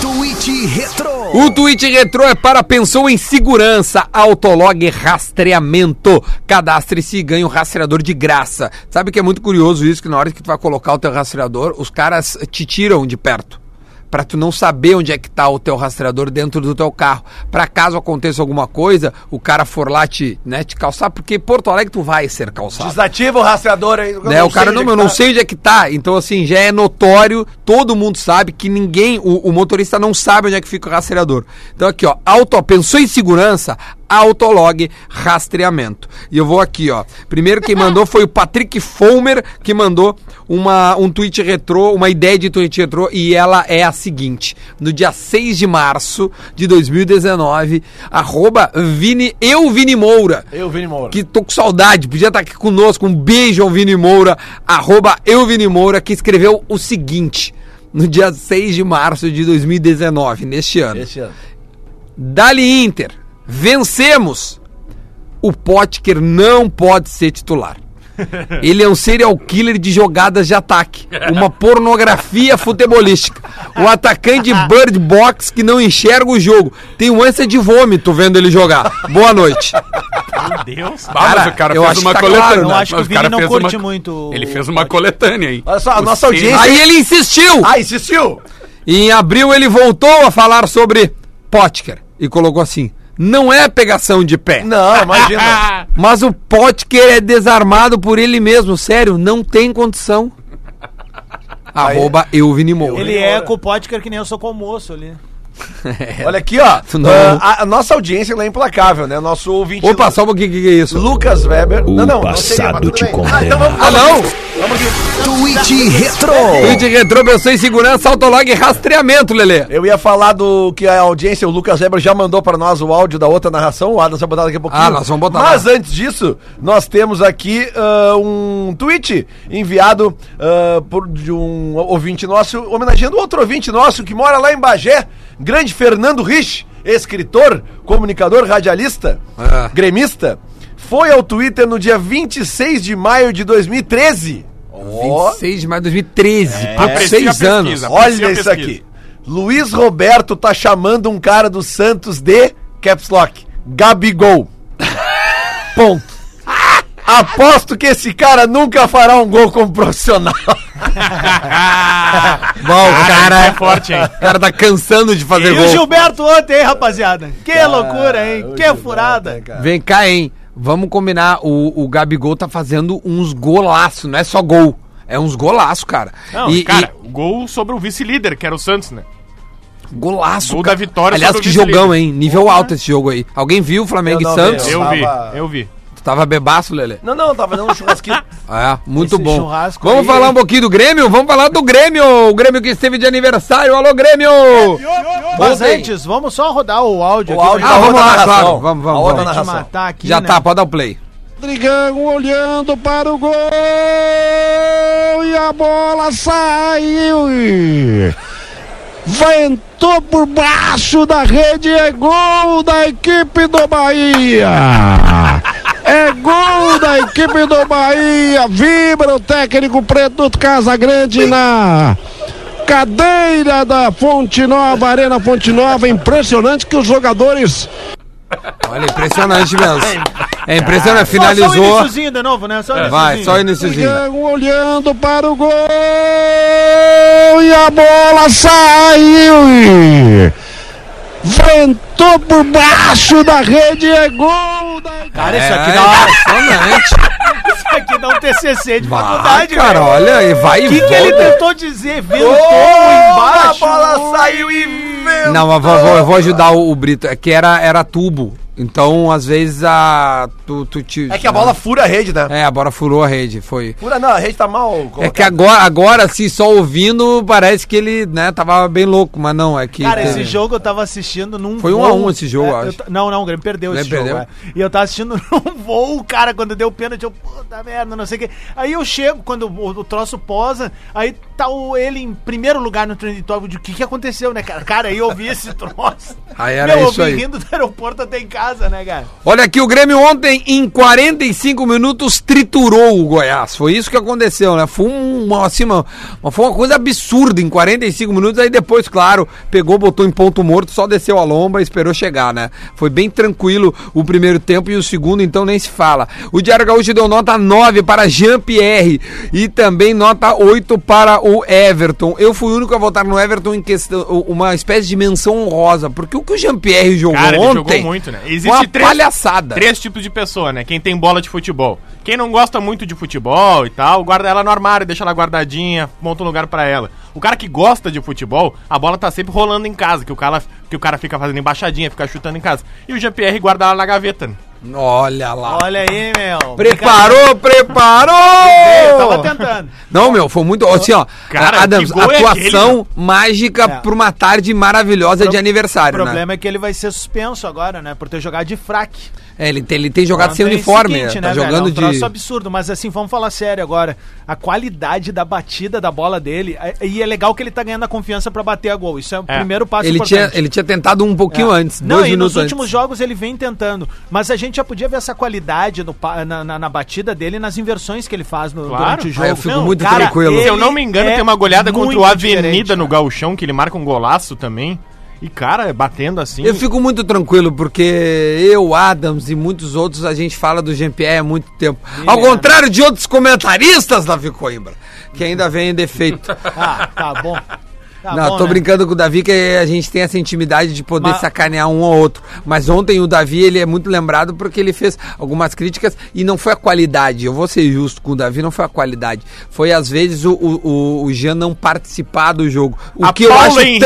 Twitch Retro. O tweet retrô é para pensou em segurança, autolog e rastreamento. Cadastre-se e ganha um rastreador de graça. Sabe que é muito curioso isso que na hora que tu vai colocar o teu rastreador, os caras te tiram de perto. Pra tu não saber onde é que tá o teu rastreador dentro do teu carro. Pra caso aconteça alguma coisa, o cara for lá te, né, te calçar, porque Porto Alegre tu vai ser calçado Desativa o rastreador aí. eu né? O sei cara, onde não, é eu que não tá. sei onde é que tá. Então, assim, já é notório, todo mundo sabe que ninguém, o, o motorista não sabe onde é que fica o rastreador. Então, aqui, ó, auto, pensou em segurança, autolog, rastreamento. E eu vou aqui, ó. Primeiro quem mandou foi o Patrick Fomer, que mandou uma, um tweet retrô, uma ideia de tweet retrô, e ela é a seguinte. No dia 6 de março de 2019, arroba Vini, eu Vini Moura Eu, Vini Moura. que tô com saudade, podia estar aqui conosco. Um beijo ao Vini Moura, arroba eu Vini Moura, que escreveu o seguinte no dia 6 de março de 2019, neste ano. Esse ano. Dali Inter, vencemos! O Potker não pode ser titular. Ele é um serial killer de jogadas de ataque. Uma pornografia futebolística. O atacante Bird Box que não enxerga o jogo. Tem um ânsia de vômito vendo ele jogar. Boa noite. Meu Deus. Ah, mas Cara, o cara eu fez acho uma que tá coletânea. claro, né? eu acho que Mas o Vini cara não fez curte uma- muito. Ele o- fez uma coletânea, hein? Olha só, a nossa audiência. Aí ele insistiu. Ah, insistiu! E em abril ele voltou a falar sobre Potker e colocou assim: não é pegação de pé. Não, [laughs] imagina. Mas o Potker é desarmado por ele mesmo, sério, não tem [laughs] condição. Arroba eu Vini Moura. Ele é com o Potker que nem eu sou com o almoço ali. Olha aqui, ó. Tu não- Ah, a, a nossa audiência ela é implacável, né? Nosso ouvinte. Opa, só um pouquinho, o que, que é isso? Lucas Weber. O seria, mas passado tudo te bem. condena. Ah, então vamos Ah, não! Twitch Retro. Vídeo retrô, pensão em segurança, autolog e rastreamento, Lelê. Eu ia falar do que a audiência, o Lucas Weber já mandou para nós o áudio da outra narração, o Adams vai botar daqui a pouquinho. Ah, nós vamos botar Mas antes disso, nós temos aqui ah, um tweet enviado ah, por, de um ouvinte nosso, homenageando outro ouvinte nosso que mora lá em Bagé, grande Fernando Rich, escritor, comunicador, radialista, Ah. gremista, foi ao Twitter no dia 26 de maio de 2013. Ó. 26 de maio de 2013, É. por Aprecia a seis pesquisa. anos. Olha Aprecia a isso pesquisa. aqui. Luiz Roberto tá chamando um cara do Santos de Caps Lock. [laughs] Gabigol. Ponto. Aposto que esse cara nunca fará um gol como [laughs] profissional. Bom, o Cara, cara, é forte, hein? o cara tá cansando de fazer E o gol. Gilberto ontem, hein, rapaziada? Que loucura, hein? Que furada. Vem cá, hein? Vamos combinar. O, o Gabigol tá fazendo uns golaços, não é só gol. É uns golaço, cara. Não, e, cara, gol sobre o vice-líder, que era o Santos, né? e golaço. gol cara. da vitória Aliás, sobre que o vice-líder. jogão, hein? Nível alto esse jogo aí. Alguém viu Flamengo Eu não e Santos? vi, Eu vi, tava- eu vi. Tu tava bebaço, Lelê. Não, não, tava dando um churrasquinho. É, muito Esse bom. churrasco Vamos aí- falar um pouquinho do Grêmio? Vamos falar do Grêmio! O Grêmio que esteve de aniversário. Alô, Grêmio! Mas Ontem- antes, vamos só rodar o áudio O aqui áudio pra Ah, da vamos outra lá, narração. claro. Vamos, vamos, A outra vamos. gente narração. matar aqui, Já né? tá, pode dar o play. Rodrigão olhando para o gol e a bola saiu. e Ventou por baixo da rede, é gol da equipe do Bahia. É gol da equipe do Bahia. Vibra o técnico preto do Casa Grande na cadeira da Fonte Nova, Arena Fonte Nova. Impressionante que os jogadores Olha, impressionante mesmo. É impressionante. Só, só o Finalizou. iniciozinho de novo, né? Só o É. Vai, iniciozinho. só o iníciozinho. Rodrigão olhando para o gol e a bola saiu. e Ventou por baixo da rede é gol da Cara, isso aqui É dá uma- [laughs] impressionante. isso aqui dá um TCC de Vai, faculdade, cara, velho. olha, e vai e O que, que ele volta. tentou dizer? Viu o Opa, a embaixo? bola saiu e veio. Não, mas vou, vou- eu vou ajudar o, o Brito. É que era, era tubo. Então, às vezes, a. Tu, tu te, É que a bola fura a rede, né? É, a bola furou a rede, foi. Fura não, a rede tá mal colocada. É que agora, agora, assim, só ouvindo, parece que ele, né, tava bem louco, mas não, é que. Cara, esse teve- jogo eu tava assistindo num Foi um a um esse jogo, É, eu eu acho. ta- Não, não, o Grêmio perdeu Grêmio esse jogo. perdeu. é. E eu tava assistindo num voo, cara, quando deu pênalti, eu, puta merda, não sei o quê. Aí eu chego, quando o, o troço posa, aí tá o, ele em primeiro lugar no trending topic de o que que aconteceu, né, cara? Cara, aí eu vi esse troço. Aí era eu isso aí. rindo do aeroporto até em casa, né, cara? Olha aqui, o Grêmio ontem, em 45 minutos, triturou o Goiás. Foi isso que aconteceu, né? Foi, um- uma, assim, uma, uma- foi uma coisa absurda em 45 minutos. Aí depois, claro, pegou, botou em ponto morto, só desceu a lomba e esperou chegar, né? Foi bem tranquilo o primeiro tempo e o segundo, então nem se fala. O Diário Gaúcho deu nota 9 para Jean-Pierre e também nota 8 para o Everton. Eu fui o único a votar no Everton em questão, uma espécie de menção honrosa, porque o que o Jean-Pierre jogou Cara, ele ontem. jogou muito, né? Existe uma palhaçada. três tipos de pessoa, né? Quem tem bola de futebol. Quem não gosta muito de futebol e tal, guarda ela no armário, deixa ela guardadinha, monta um lugar pra ela. O cara que gosta de futebol, a bola tá sempre rolando em casa, que o cara, que o cara fica fazendo embaixadinha, fica chutando em casa. E o GPR guarda ela na gaveta. né? Olha lá. Olha aí, meu. Preparou, Brincadeira. Eu tava preparou! tentando. Não, meu, foi muito. Assim, ó. Cara, Adams, que gol é aquele, atuação mágica É. pra uma tarde maravilhosa de O aniversário, né? problema é que ele vai ser suspenso agora, né? Por ter jogado de fraque. É, ele tem, ele tem jogado sem Ontem é o uniforme, seguinte, tá né, velho? jogando é um troço de. absurdo, mas assim, vamos falar sério agora. A qualidade da batida da bola dele, é- e é legal que ele tá ganhando a confiança pra bater a gol. Isso é o É. primeiro passo Ele tinha, importante. ele tinha tentado um pouquinho É. antes, Não, dois e nos minutos últimos antes. jogos ele vem tentando. Mas a gente gente já podia ver essa qualidade no pa- na, na- na batida dele nas inversões que ele faz no, Claro. durante o jogo. Ah, eu fico muito tranquilo. Se ele eu não me engano, é tem uma goleada contra o muito diferente, Avenida no né? cara. Gauchão, que ele marca um golaço também. E, cara, batendo assim. Eu fico muito tranquilo, porque eu, Adams e muitos outros, a gente fala do Jean-Pierre há muito tempo. é. Ao contrário de outros comentaristas, Davi Coimbra, que ainda vem em defeito. Ah, tá bom. [laughs] Tá Não, bom, tô né? brincando com o Davi que a gente tem essa intimidade de poder Mas- sacanear um ou outro. Mas ontem o Davi, ele é muito lembrado porque ele fez algumas críticas e não foi a qualidade. Eu vou ser justo com o Davi, não foi a qualidade. Foi às vezes o, o, o- o Jean não participar do jogo. O a que eu acho também.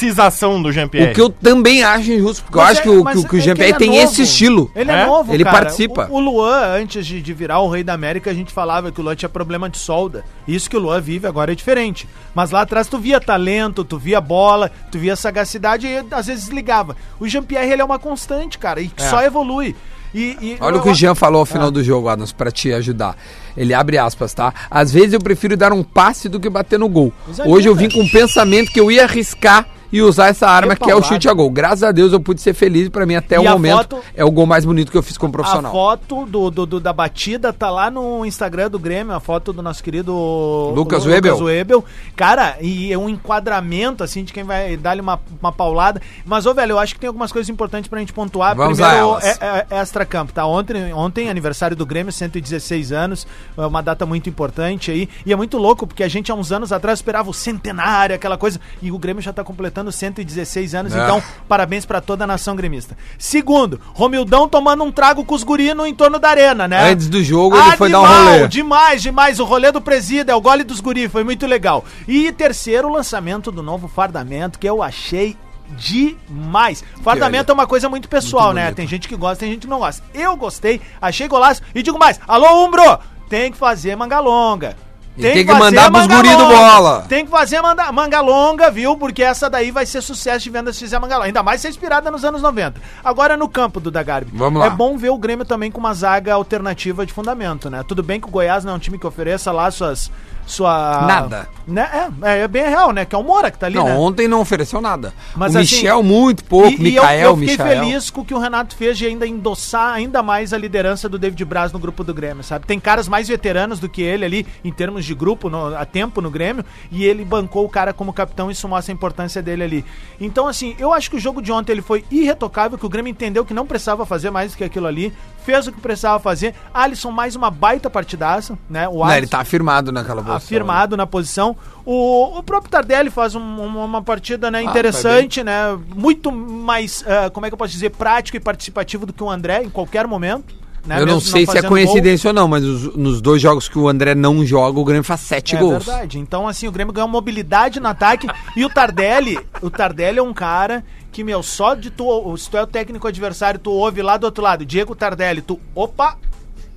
gancização do Jean-Pierre. O que eu também acho injusto, porque eu Mas acho é- que o, mas que, o- que o é Jean-Pierre ele é tem novo. esse estilo. Ele é, É? novo, Ele cara. participa. O, o Luan, antes de, de virar o Rei da América, a gente falava que o Luan tinha problema de solda. Isso que o Luan vive agora é diferente. Mas lá atrás tu via talento, tu via bola, tu via sagacidade e às vezes ligava. O Jean-Pierre, ele é uma constante, cara, e só evolui. E, e- É. Olha eu- o que o Jean falou ao É. final do jogo, Adams, pra te ajudar. Ele abre aspas, tá? Às vezes eu prefiro dar um passe do que bater no gol. aí, Hoje eu vim cara. com o pensamento que eu ia arriscar e usar essa arma que é o paulada. chute a gol. Graças a Deus eu pude ser feliz pra mim até E o a momento. foto- É o gol mais bonito que eu fiz como A profissional. foto do, do- do- da batida tá lá no Instagram do Grêmio, a foto do nosso querido Lucas Lu- Webel. Webel. Cara, e é um enquadramento, assim, de quem vai dar-lhe uma, uma paulada. Mas, ô, velho, eu acho que tem algumas coisas importantes pra gente pontuar. Vamos a Primeiro, elas. é, é, é extra-campo, tá? Ontem, ontem, aniversário do Grêmio, 116 anos, é uma data muito importante aí. E é muito louco, porque a gente, há uns anos atrás, esperava o centenário, aquela coisa, e o Grêmio já tá completando 116 anos, Ah. então parabéns pra toda a nação gremista. Segundo, Romildão tomando um trago com os guri no entorno da arena, né? Antes do jogo ele foi dar um Animal, rolê. Demais, demais. O rolê do presídio, é o gole dos guri, foi muito legal. E terceiro, o lançamento do novo fardamento, que eu achei demais. Fardamento é uma coisa muito pessoal, né? Tem gente que gosta, tem gente que não gosta. Eu gostei, achei golaço e digo mais, alô Umbro, tem que fazer manga longa. E tem que mandar pros manga guri do longa. bola. Tem que fazer manda, manga longa, viu? Porque essa daí vai ser sucesso de vendas se fizer manga longa. Ainda mais se é inspirada nos anos 90. Agora no campo do Dagarbi. Vamos lá. É bom ver o Grêmio também com uma zaga alternativa de fundamento, né? Tudo bem que o Goiás não é um time que ofereça lá suas. Sua. Nada. Né? É, é, é bem real, né? Que é o Moura que tá ali. não, né? ontem não ofereceu nada. Mas o assim, Michel muito pouco, E- e eu- Micael, eu, fiquei Michael. feliz com o que o Renato fez de ainda endossar ainda mais a liderança do David Braz no grupo do Grêmio, sabe? Tem caras mais veteranos do que ele ali, em termos de grupo, no- a tempo no Grêmio, e ele bancou o cara como capitão e isso mostra a importância dele ali. Então, assim, eu acho que o jogo de ontem ele foi irretocável, que o Grêmio entendeu que não precisava fazer mais do que aquilo ali, fez o que precisava fazer. Alisson, mais uma baita partidaça, né? O Não, ele Alisson tá afirmado naquela posição. afirmado na posição. O, o próprio Tardelli faz um- um- uma partida Ah, né, interessante, tá né? Muito mais, ah, como é que eu posso dizer, prático e participativo do que o André em qualquer momento. né, eu não mesmo sei se é fazendo coincidência ou não, mas os- nos dois jogos que o André não joga, o Grêmio faz sete gol. É gols. verdade. Então, assim, o Grêmio ganhou mobilidade no ataque. e o Tardelli, o Tardelli é um cara que, meu, só de tu. Se tu é o técnico adversário, tu ouve lá do outro lado, Diego Tardelli, tu. Opa!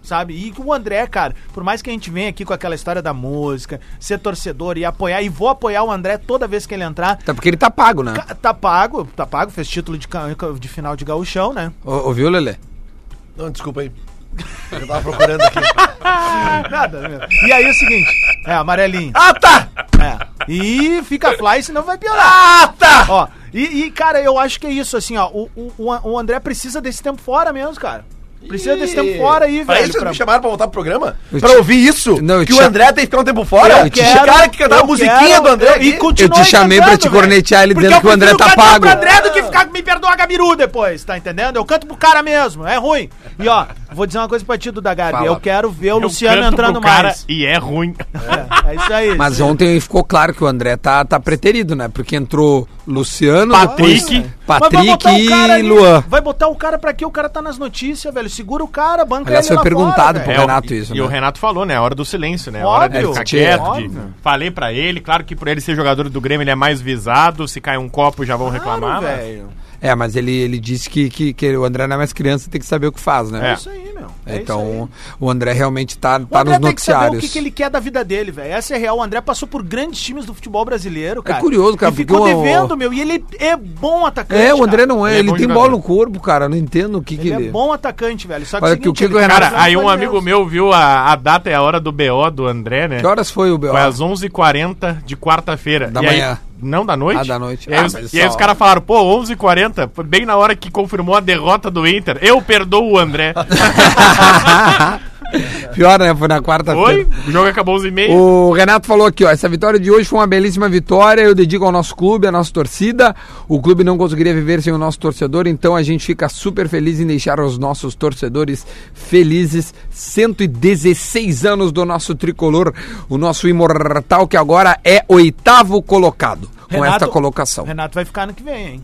Sabe? E o André, cara, por mais que a gente venha aqui com aquela história da música, ser torcedor e apoiar, e vou apoiar o André toda vez que ele entrar. Até porque ele tá pago, né? Ca- Tá pago, tá pago, fez título de, ca- de final de gauchão, né? Ô- Ouviu, Lelê? Não, desculpa aí. Eu tava procurando aqui. Nada, né? E aí é o seguinte, é, amarelinho. ah, tá! É. E fica fly, senão vai piorar. Ah, tá! Ó, e, e, cara, eu acho que é isso, assim, ó. O, o, o- o André precisa desse tempo fora mesmo, cara. Precisa desse tempo fora aí, Pra velho. isso vocês pra- me chamaram pra voltar pro programa? Eu pra te- ouvir isso? Não, eu que te o cha- André tem que ficar um tempo fora? Eu te- Esse cara que cantava a eu musiquinha quero- do André. eu- aqui. E continua Eu te chamei pra cantando, te velho. cornetear ele Porque dizendo eu que o André prefiro tá cantar pago. pro André do que ficar me perdoar Gabiru depois, tá entendendo? Eu canto pro cara mesmo, é ruim. E ó, vou dizer uma coisa pra ti, Duda Garbi. Fala. Eu quero ver o Eu Luciano É um canto entrando pro cara mais. E [laughs] é ruim. É, é isso aí. Mas ontem ficou claro que o André tá, tá preterido, né? Porque entrou Luciano, Patrick. depois Mas vai Patrick botar o cara e ali, Luan. Vai botar o cara pra quê? O cara tá nas notícias, velho. Segura o cara, banca Aliás, foi lá perguntado fora, pro velho. É, Renato e- isso, E né? o Renato falou, né? A hora do silêncio, né? A hora de Óbvio. ficar quieto. de- Óbvio. Falei pra ele, claro que por ele ser jogador do Grêmio, ele é mais visado. Se cai um copo, já vão reclamar. né? mas- velho. É, mas ele, ele disse que, que, que o André não é mais criança e tem que saber o que faz, É né? isso aí, meu. É isso aí. então, o André realmente tá, O tá André nos tem que saber o noticiários. que, que ele quer da vida dele, velho. Essa é real. O André passou por grandes times do futebol brasileiro, cara. É curioso, cara, E ficou porque o- devendo, meu. E ele é bom atacante. É, o André cara. não é. Ele é Ele, bom tem jogador. bola no corpo, cara. Eu Não entendo o que que Ele ele... é bom atacante, velho. Só que, Olha o que o que que o ele Renato- tá Cara, aí um jogando amigo mesmo. meu viu a, a data e a hora do BO do André, né? Que horas foi o B.O.? Foi às 11h40 de quarta-feira. Da e aí, manhã. Não, da noite. Ah, da noite. E aí, Ah, os- mas e aí só- os caras falaram, pô, 11h40, foi bem na hora que confirmou a derrota do Inter. Eu perdoo [laughs] o André. Pior, né? Foi na Oi? quarta-feira. O jogo acabou 11h30. O Renato falou aqui, ó, essa vitória de hoje foi uma belíssima vitória, eu dedico ao nosso clube, à nossa torcida. O clube não conseguiria viver sem o nosso torcedor, então a gente fica super feliz em deixar os nossos torcedores felizes. 116 anos do nosso tricolor, o nosso imortal que agora é oitavo colocado com esta colocação. Renato vai ficar ano que vem, hein?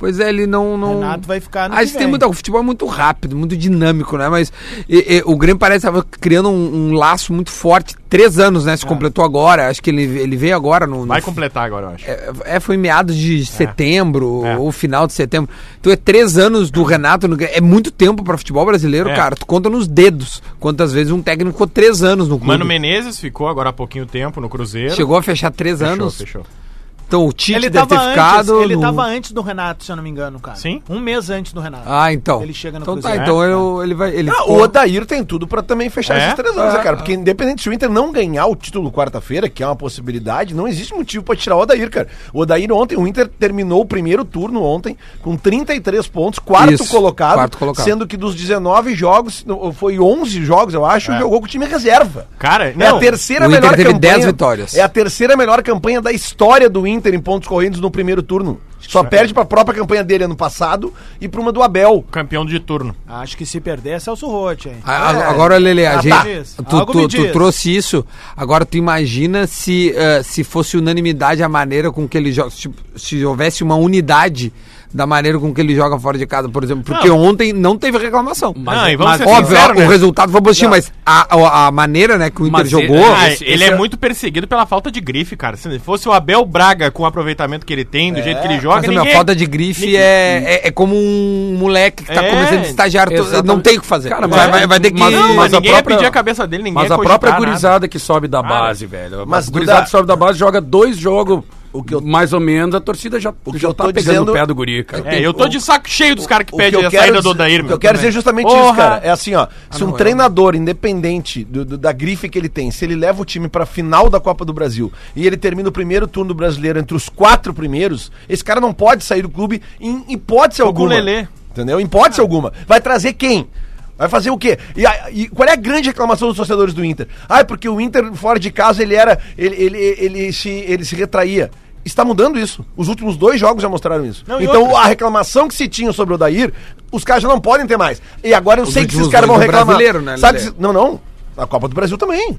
Pois é, ele não. não... Renato vai Ah, ficar no Acho que tem muita. O futebol é muito rápido, muito dinâmico, né? Mas e- e, o Grêmio parece que estava criando um, um laço muito forte. Três anos, né? Se completou agora. Acho que ele, ele veio agora no. no É. Vai completar agora, eu acho. É, é, foi em meados de setembro, É. ou final de setembro. Então é três anos do Renato no Grêmio. É muito tempo para futebol brasileiro, É. cara. Tu conta nos dedos quantas vezes um técnico ficou três anos no clube. Mano Menezes ficou agora há pouquinho tempo no Cruzeiro. Chegou a fechar três Fechou, anos. fechou. Então o Tite Ele deve tava, ter antes, ficado. ele no- tava antes do Renato, se eu não me engano, cara. Sim. Um mês antes do Renato. Ah, então. Ele chega no então tá, Cruzeiro. então eu- ele vai. Ele Ah, ficou- o Odair tem tudo pra também fechar É? esses três anos, né, É. cara? Porque independente se o Inter não ganhar o título quarta-feira, que é uma possibilidade, não existe motivo pra tirar o Odair, cara. O Odair ontem, o Inter terminou o primeiro turno ontem com 33 pontos, quarto, Isso, colocado, quarto colocado. sendo que dos 19 jogos, no- foi 11 jogos, eu acho, É. jogou com o time reserva. Cara, é a não. terceira o Inter melhor teve campanha. 10 vitórias. É a terceira melhor campanha da história do Inter em pontos corridos no primeiro turno. Só é. perde pra própria campanha dele ano passado e pra uma do Abel. Campeão de turno. Acho que se perder é Celso Rotti, hein? A- a- Agora, Lele, a Ah, gente, tá. Diz. tu, Algo tu- me tu diz. trouxe isso. Agora, tu imagina se, eh, se fosse unanimidade a maneira com que ele joga. Se, se houvesse uma unidade da maneira com que ele joga fora de casa, por exemplo. Porque ontem não teve reclamação. Não, e mas vamos ser é- Óbvio, sinceros, o né? resultado foi positivo, mas ah, a, a- a maneira né, que o Inter Mas ele- jogou. Ah, Esse- ele esse é, é- muito perseguido pela falta de grife, cara. Se fosse o Abel Braga com o aproveitamento que ele tem, do jeito que ele joga, É, Mas, meu, a falta de grife é, é, é como um moleque que tá É, começando de estagiário. tu- exatamente. Não tem o que fazer. Cara, vai, mas- vai- vai ter que. mas- Não, mas a ninguém ia própria- pedir a cabeça dele, ninguém Mas ia a própria cogitar nada. gurizada que sobe da base, velho. Mas, a gurizada Duda- que sobe da base joga dois jogos, mais ou menos, a torcida já, que já eu tá tô pegando dizendo- o pé do guri, cara. É, eu tô de saco cheio dos caras que O pedem que eu a quero saída do dizer- Odair, o meu. que eu quero dizer é justamente isso, Porra! Ah, cara. É assim, ó. Se não, um é. treinador, independente do- do- da grife que ele tem, se ele leva o time pra final da Copa do Brasil e ele termina o primeiro turno do brasileiro entre os quatro primeiros, esse cara não pode sair do clube em hipótese alguma. Lelê. Entendeu? Em hipótese alguma. Vai trazer quem? Vai fazer o quê? E, a- e qual é a grande reclamação dos torcedores do Inter? Ah, é porque o Inter, fora de casa, ele era. Ele, ele, ele, se, ele se retraía. Está mudando isso. Os últimos dois jogos já mostraram isso. Não, e então outra? a reclamação que se tinha sobre o Dair, os caras já não podem ter mais. E agora eu sei que esses últimos caras vão dois do reclamar. brasileiro, né, Sabe Lelê? que se- Não, não. A Copa do Brasil também.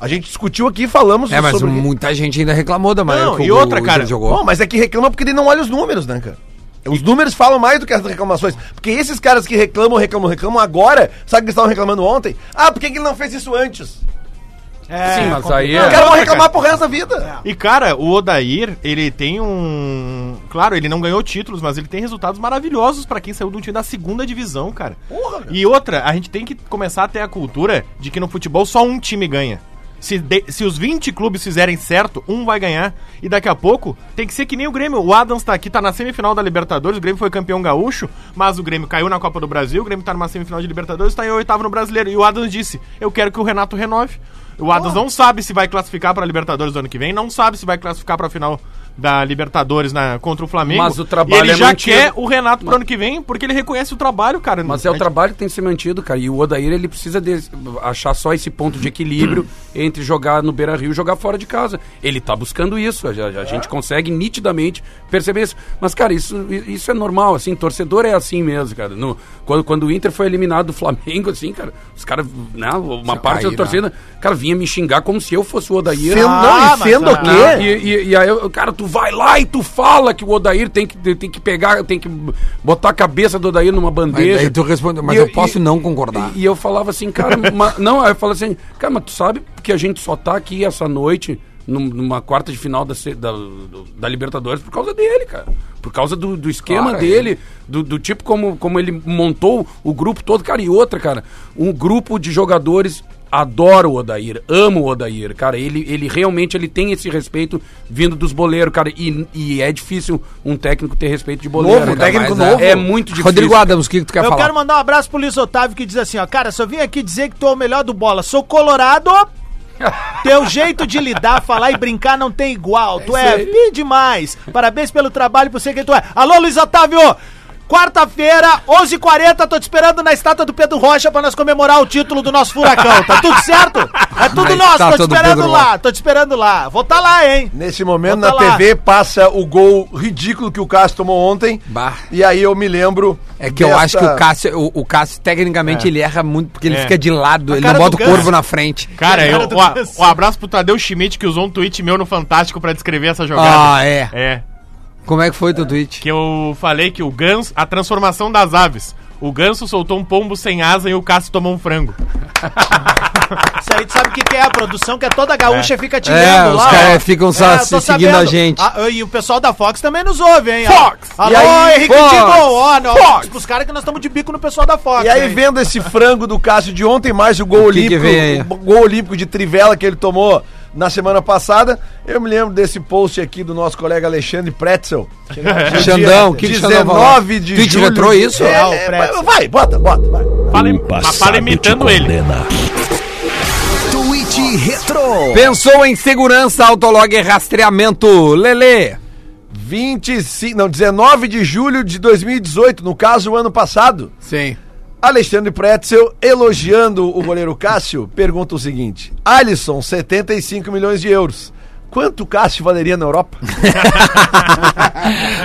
A gente discutiu aqui, falamos É, mas sobre. muita gente ainda reclamou da maneira Não, que e o- outra, o Inter cara, jogou. Bom, mas é que reclama porque ele não olha os números, né, cara? Os números falam mais do que as reclamações. Porque esses caras que reclamam, reclamam, reclamam agora, sabe que eles estavam reclamando ontem? Ah, por que, que ele não fez isso antes? É, Sim, mas Os aí é... né, caras vão reclamar pro resto da vida. E, cara, o Odair, ele tem um. Claro, ele não ganhou títulos, mas ele tem resultados maravilhosos pra quem saiu de um time da segunda divisão, cara. Porra, cara. E outra, a gente tem que começar a ter a cultura de que no futebol só um time ganha. Se, de- se os 20 clubes fizerem certo, um vai ganhar. E daqui a pouco tem que ser que nem o Grêmio. O Adams tá aqui, tá na semifinal da Libertadores. O Grêmio foi campeão gaúcho, mas o Grêmio caiu na Copa do Brasil. O Grêmio tá numa semifinal de Libertadores, tá em oitavo no brasileiro. E o Adams disse: Eu quero que o Renato renove. O Adams não sabe se vai classificar pra Libertadores do ano que vem, não sabe se vai classificar pra final da Libertadores na, contra o Flamengo. Mas o trabalho E ele é já mantido. quer o Renato pro ano que vem, porque ele reconhece o trabalho, cara. Mas é A o gente- trabalho que tem se mantido, cara. E o Odair, ele precisa de- achar só esse ponto de equilíbrio entre jogar no Beira Rio e jogar fora de casa. Ele tá buscando isso. A, a- a gente consegue nitidamente perceber isso. Mas, cara, isso, isso é normal, assim. Torcedor é assim mesmo, cara. No- quando, quando o Inter foi eliminado do Flamengo, assim, cara, os caras, né, uma parte da torcida, cara, vinha me xingar como se eu fosse o Odair. é um Sendo, Ah, Ah, não, e sendo o Não, quê? e, e- e aí, eu- cara, tu vai lá e tu fala que o Odair tem que, tem que pegar, tem que botar a cabeça do Odair numa Mas bandeja. daí tu respondeu, mas E eu posso e- não concordar. E, e eu falava assim, cara, ma- não, aí eu falava assim, cara, mas tu sabe que a gente só tá aqui essa noite num- numa quarta de final da, se- da, do- da Libertadores por causa dele, cara. Por causa do, do esquema Claro, dele, do, do tipo como, como ele montou o grupo todo, cara. E outra, cara, um grupo de jogadores adora o Odair, ama o Odair, cara. Ele, ele realmente ele tem esse respeito vindo dos boleiros, cara. E, e é difícil um técnico ter respeito de boleiro. Novo, cara, técnico mas é- novo. É muito difícil. Rodrigo Adams, o que, que tu quer Eu falar? quero mandar um abraço pro Luiz Otávio que diz assim, ó, cara, só vim aqui dizer que tu é o melhor do bola. Sou colorado, Teu jeito de lidar, falar e brincar não tem igual. tu é bi demais. Parabéns pelo trabalho, por ser quem tu é. Alô, Luiz Otávio! Quarta-feira, 11h40, tô te esperando na estátua do Pedro Rocha pra nós comemorar o título do nosso furacão. Tá tudo certo? É tudo Na nosso, tô te estátua do esperando Pedro lá, Rocha. tô te esperando lá. Vou tá lá, hein? Nesse momento, Bota na lá. TV, passa o gol ridículo que o Cássio tomou ontem. Bah. E aí eu me lembro. É que eu dessa- acho que o Cássio, o, o Cássio tecnicamente, ele erra muito porque ele É. fica de lado, ele cara não do bota o Ganso. corvo na frente. Cara, eu, Cara do o, a- Ganso. o abraço pro Tadeu Schmidt que usou um tweet meu no Fantástico pra descrever essa jogada. Ah, é. É, Como é que foi teu tweet? que eu falei que o ganso, a transformação das aves. O ganso soltou um pombo sem asa e o Cássio tomou um frango. Isso aí tu sabe o que, que é a produção, que é toda gaúcha fica te É, lendo os lá. caras ó. É, ficam só eu tô se seguindo a gente. Ah, e o pessoal da Fox também nos ouve, hein? Fox! Alô, E aí, Henrique Fox! Digol, ó, não, Fox! os caras que nós estamos de bico no pessoal da Fox. E aí, hein? vendo esse frango do Cássio de ontem, mais o gol que que olímpico, vem aí? o gol olímpico de trivela que ele tomou na semana passada, eu me lembro desse post aqui do nosso colega Alexandre Pretzel. Xandão, o que que Xandão falou? 19 de Tweet julho. retrô isso? É, Ah, o é, Pretzel. vai, bota, bota, vai. Fala, O tipo mas fala passado te imitando ele. condena. Twitch Retro. Pensou em segurança, autolog e rastreamento. Lele. 25, não, 19 de julho de 2018, no caso, o ano passado. Sim. Alexandre Pretzel, elogiando o goleiro Cássio, pergunta o seguinte: Alisson, 75 milhões de euros. Quanto Cássio valeria na Europa? [laughs]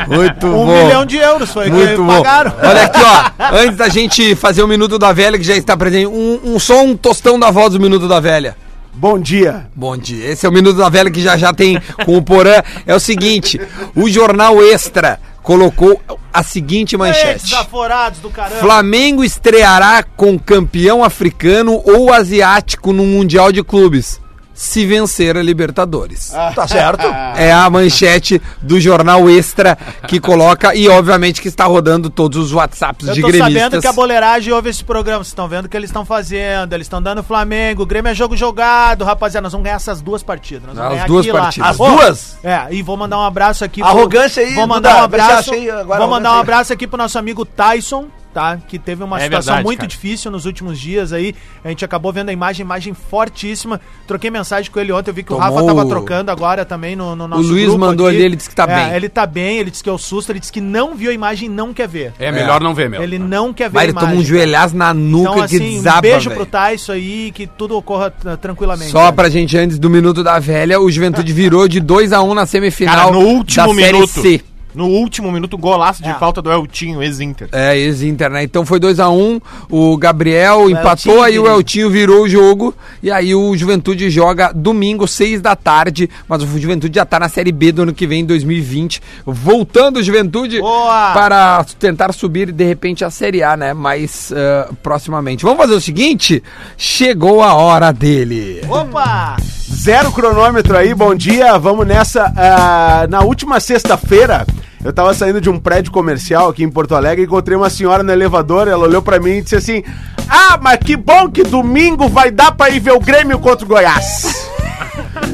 Muito Um bom. milhão de euros foi que Muito bom. pagaram. Olha aqui, ó. Antes da gente fazer o Minuto da Velha, que já está presente, um, um som, um tostão da voz do Minuto da Velha. Bom dia. Bom dia. Esse é o Minuto da Velha que já já tem com o Porã. É o seguinte, o Jornal Extra colocou a seguinte Ei, manchete. desaforados do caramba. Flamengo estreará com campeão africano ou asiático no Mundial de Clubes, se vencer a Libertadores. Ah. Tá certo? [laughs] É a manchete do jornal Extra que coloca e obviamente que está rodando todos os WhatsApps Eu de tô sabendo gremistas. que a boleiragem ouve esse programa. Vocês estão vendo o que eles estão fazendo. Eles estão dando Flamengo. O Grêmio é jogo jogado, rapaziada. Nós vamos ganhar essas duas partidas. Nós vamos Ah, As ganhar duas lá. partidas. As Ô, duas? É, e vou mandar um abraço aqui. pro- Arrogância aí, Vou mandar Duda, um vê se abraço. acha aí agora, vou mandar um arrogância aí. abraço aqui pro nosso amigo Tyson, tá? Que teve uma É situação verdade, muito cara. difícil nos últimos dias aí. A gente acabou vendo a imagem, imagem fortíssima. Troquei mensagem com ele ontem. Eu vi que o Tomou Rafa tava o- trocando agora também no, no nosso Luiz mandou ali, ele disse que tá É, bem. Ele tá bem, ele disse que é o susto. Ele disse que não viu a imagem e não quer ver. É melhor não ver, meu. Ele não quer ver Vai, a ele toma um imagem. joelhaço na nuca é Então, que assim, desaba, um beijo velho. pro Tyson aí, que tudo ocorra uh, tranquilamente. Só pra gente, antes do Minuto da Velha, o Juventude virou de 2 a 1 na semifinal Cara, no último da Série minuto. C. No último minuto, golaço de É. falta do Eltinho, ex-Inter. É, ex-Inter, né? Então foi 2x1, o Gabriel empatou, Eltinho aí o virou. Eltinho virou o jogo, e aí o Juventude joga domingo, 6 da tarde, mas o Juventude já tá na Série B do ano que vem, em 2020, voltando o Juventude Boa! para tentar subir, de repente, a Série A, né? Mais ah, proximamente. Vamos fazer o seguinte? Chegou a hora dele. Opa! Zero cronômetro aí, bom dia. Vamos nessa. ah, na última sexta-feira, eu tava saindo de um prédio comercial aqui em Porto Alegre e encontrei uma senhora no elevador. Ela olhou pra mim e disse assim: Ah, mas que bom que domingo vai dar pra ir ver o Grêmio contra o Goiás.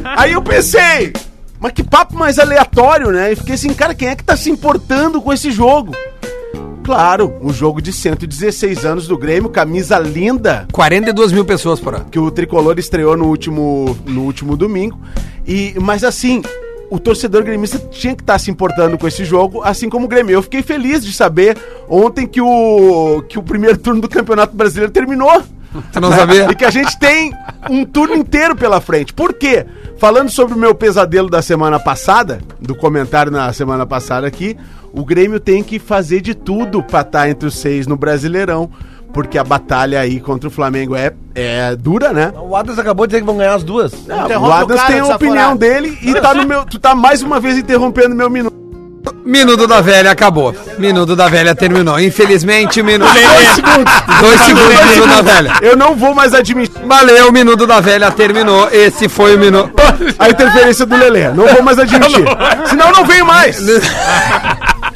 aí eu pensei. Mas que papo mais aleatório, né? E fiquei assim, cara, quem é que tá se importando com esse jogo? Claro, um jogo de 116 anos do Grêmio, camisa linda, 42 mil pessoas por ano. que o Tricolor estreou no último, no último domingo. E, mas assim, o torcedor gremista tinha que estar se importando com esse jogo, assim como o Grêmio. Eu fiquei feliz de saber ontem que o, que o primeiro turno do Campeonato Brasileiro terminou. Tu não [laughs] sabia? [laughs] E que a gente tem um turno inteiro pela frente. Por quê? Falando sobre o meu pesadelo da semana passada, do comentário na semana passada aqui, o Grêmio tem que fazer de tudo pra estar entre os seis no Brasileirão. Porque a batalha aí contra o Flamengo é, é dura, né? O Adams acabou de dizer que vão ganhar as duas. Não, Interrompe o Adams o cara, tem a opinião desaforado. dele e tá no meu. Tu tá mais uma vez interrompendo meu minuto. Minuto da Velha acabou. Minuto da Velha terminou. Infelizmente, minuto... Segundo, Dois Tá segundos, [laughs] Minuto da Velha. eu não vou mais admitir Valeu, o Minuto da Velha terminou. Esse foi o [laughs] Minuto. [laughs] a interferência do Lelê. Não vou mais admitir. Senão eu não [laughs] venho mais.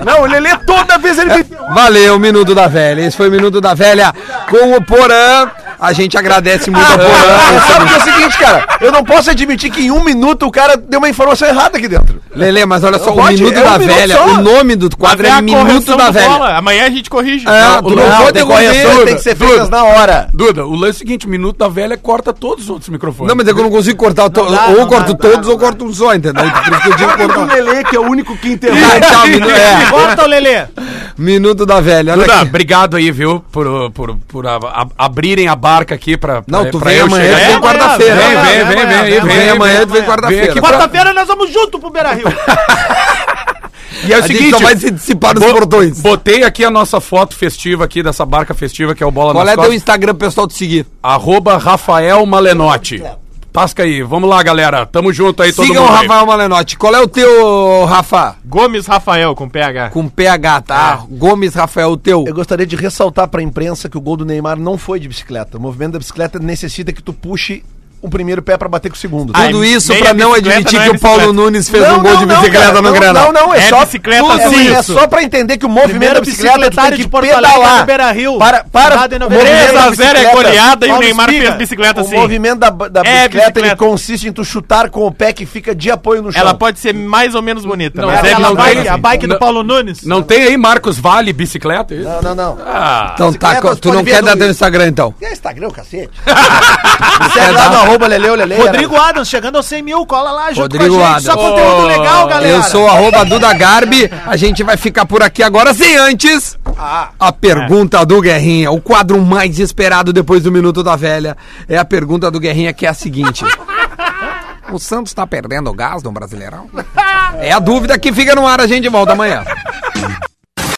Não, o Lelê toda vez ele me Valeu, Minuto da Velha. Esse foi o Minuto da Velha com o Porã. A gente agradece muito a Porã. Sabe que é o seguinte, cara, eu não posso admitir que em um minuto o cara deu uma informação errada aqui dentro. Lele, mas olha só, o pode, Minuto é um da minuto Velha, só. o nome do quadro Até é a Minuto correção da do Velha. bola. Amanhã a gente corrige. É, tu não pode correções devolver. tem que ser feitas na hora. Duda, o lance é o seguinte, o minuto da velha corta todos os outros microfones. Não, mas é que eu não consigo cortar. o to- dá, ou não corto dá, todos não ou corto um só, entendeu? Por isso que eu digo O cortar. Lelê, que é o único que interrompe. Ah, tá, minu- é. Volta, ô Lelê. Minuto da velha. Olha Duda, aqui. obrigado aí, viu, por, por, por a- a- abrirem a barca aqui pra, pra, Não, tu pra vem amanhã, tu chegar. vem quarta-feira. Vem, amanhã, vem, vem, amanhã, vem, vem, Tu vem amanhã, tu vem Vem quarta-feira. aqui pra- Quarta-feira nós vamos junto [laughs] pro Beira Rio. E é o A gente só vai se dissipar nos bo- portões. Botei aqui a nossa foto festiva aqui, dessa barca festiva, que é o Bola Qual nas é teu Costas. Instagram pro pessoal te seguir? Arroba Rafael Malenotti. Tasca aí, vamos lá, galera. Tamo junto aí, todo Sigam o mundo. aí. Rafael Malenotti. Qual é o teu, Rafa? Gomes Rafael com PH. Com PH, tá? Gomes Rafael, o teu. Eu gostaria de ressaltar pra imprensa que o gol do Neymar não foi de bicicleta. O movimento da bicicleta necessita que tu puxe o primeiro pé pra bater com o segundo. Ah, Tudo é isso meia pra não bicicleta, admitir não é que o Paulo bicicleta. Nunes fez um gol de bicicleta cara, no não, Não, Grenal. não, é, É só bicicleta, tudo sim. É só pra entender que o movimento da bicicleta tu tem que é pedalar. do Beira Rio. Para, para. Fundado em o movimento 93. da 3x0 é bicicleta- goleada e o Paulo Neymar Espiga. fez bicicleta O sim. movimento da, da É, bicicleta, ele bicicleta. consiste em tu chutar com o pé que fica de apoio no chão. Ela pode ser mais ou menos bonita, Não, mas é ela Aquela não bicicleta. bike, tem, a bike do não- Paulo Nunes. Não tem aí Marcos Vale bicicleta? Não, não, não. Ah, Então É, tá, bicicletas tu não pode ver quer no- dar teu Instagram então. É Instagram, [laughs] cacete. Me Segue lá no arroba Leleu Lele. Rodrigo Adams, chegando aos 100 mil, cola lá junto Rodrigo com a Adams. gente. Só conteúdo legal, galera. Eu sou o arroba Duda Garbi. A gente vai ficar por aqui agora, sem antes. É. A pergunta do Guerrinha. O quadro mais esperado depois do Minuto da Velha é a pergunta do Guerrinha, que é a seguinte: O Santos tá perdendo o gás no Brasileirão? É a dúvida que fica no ar. A gente volta amanhã.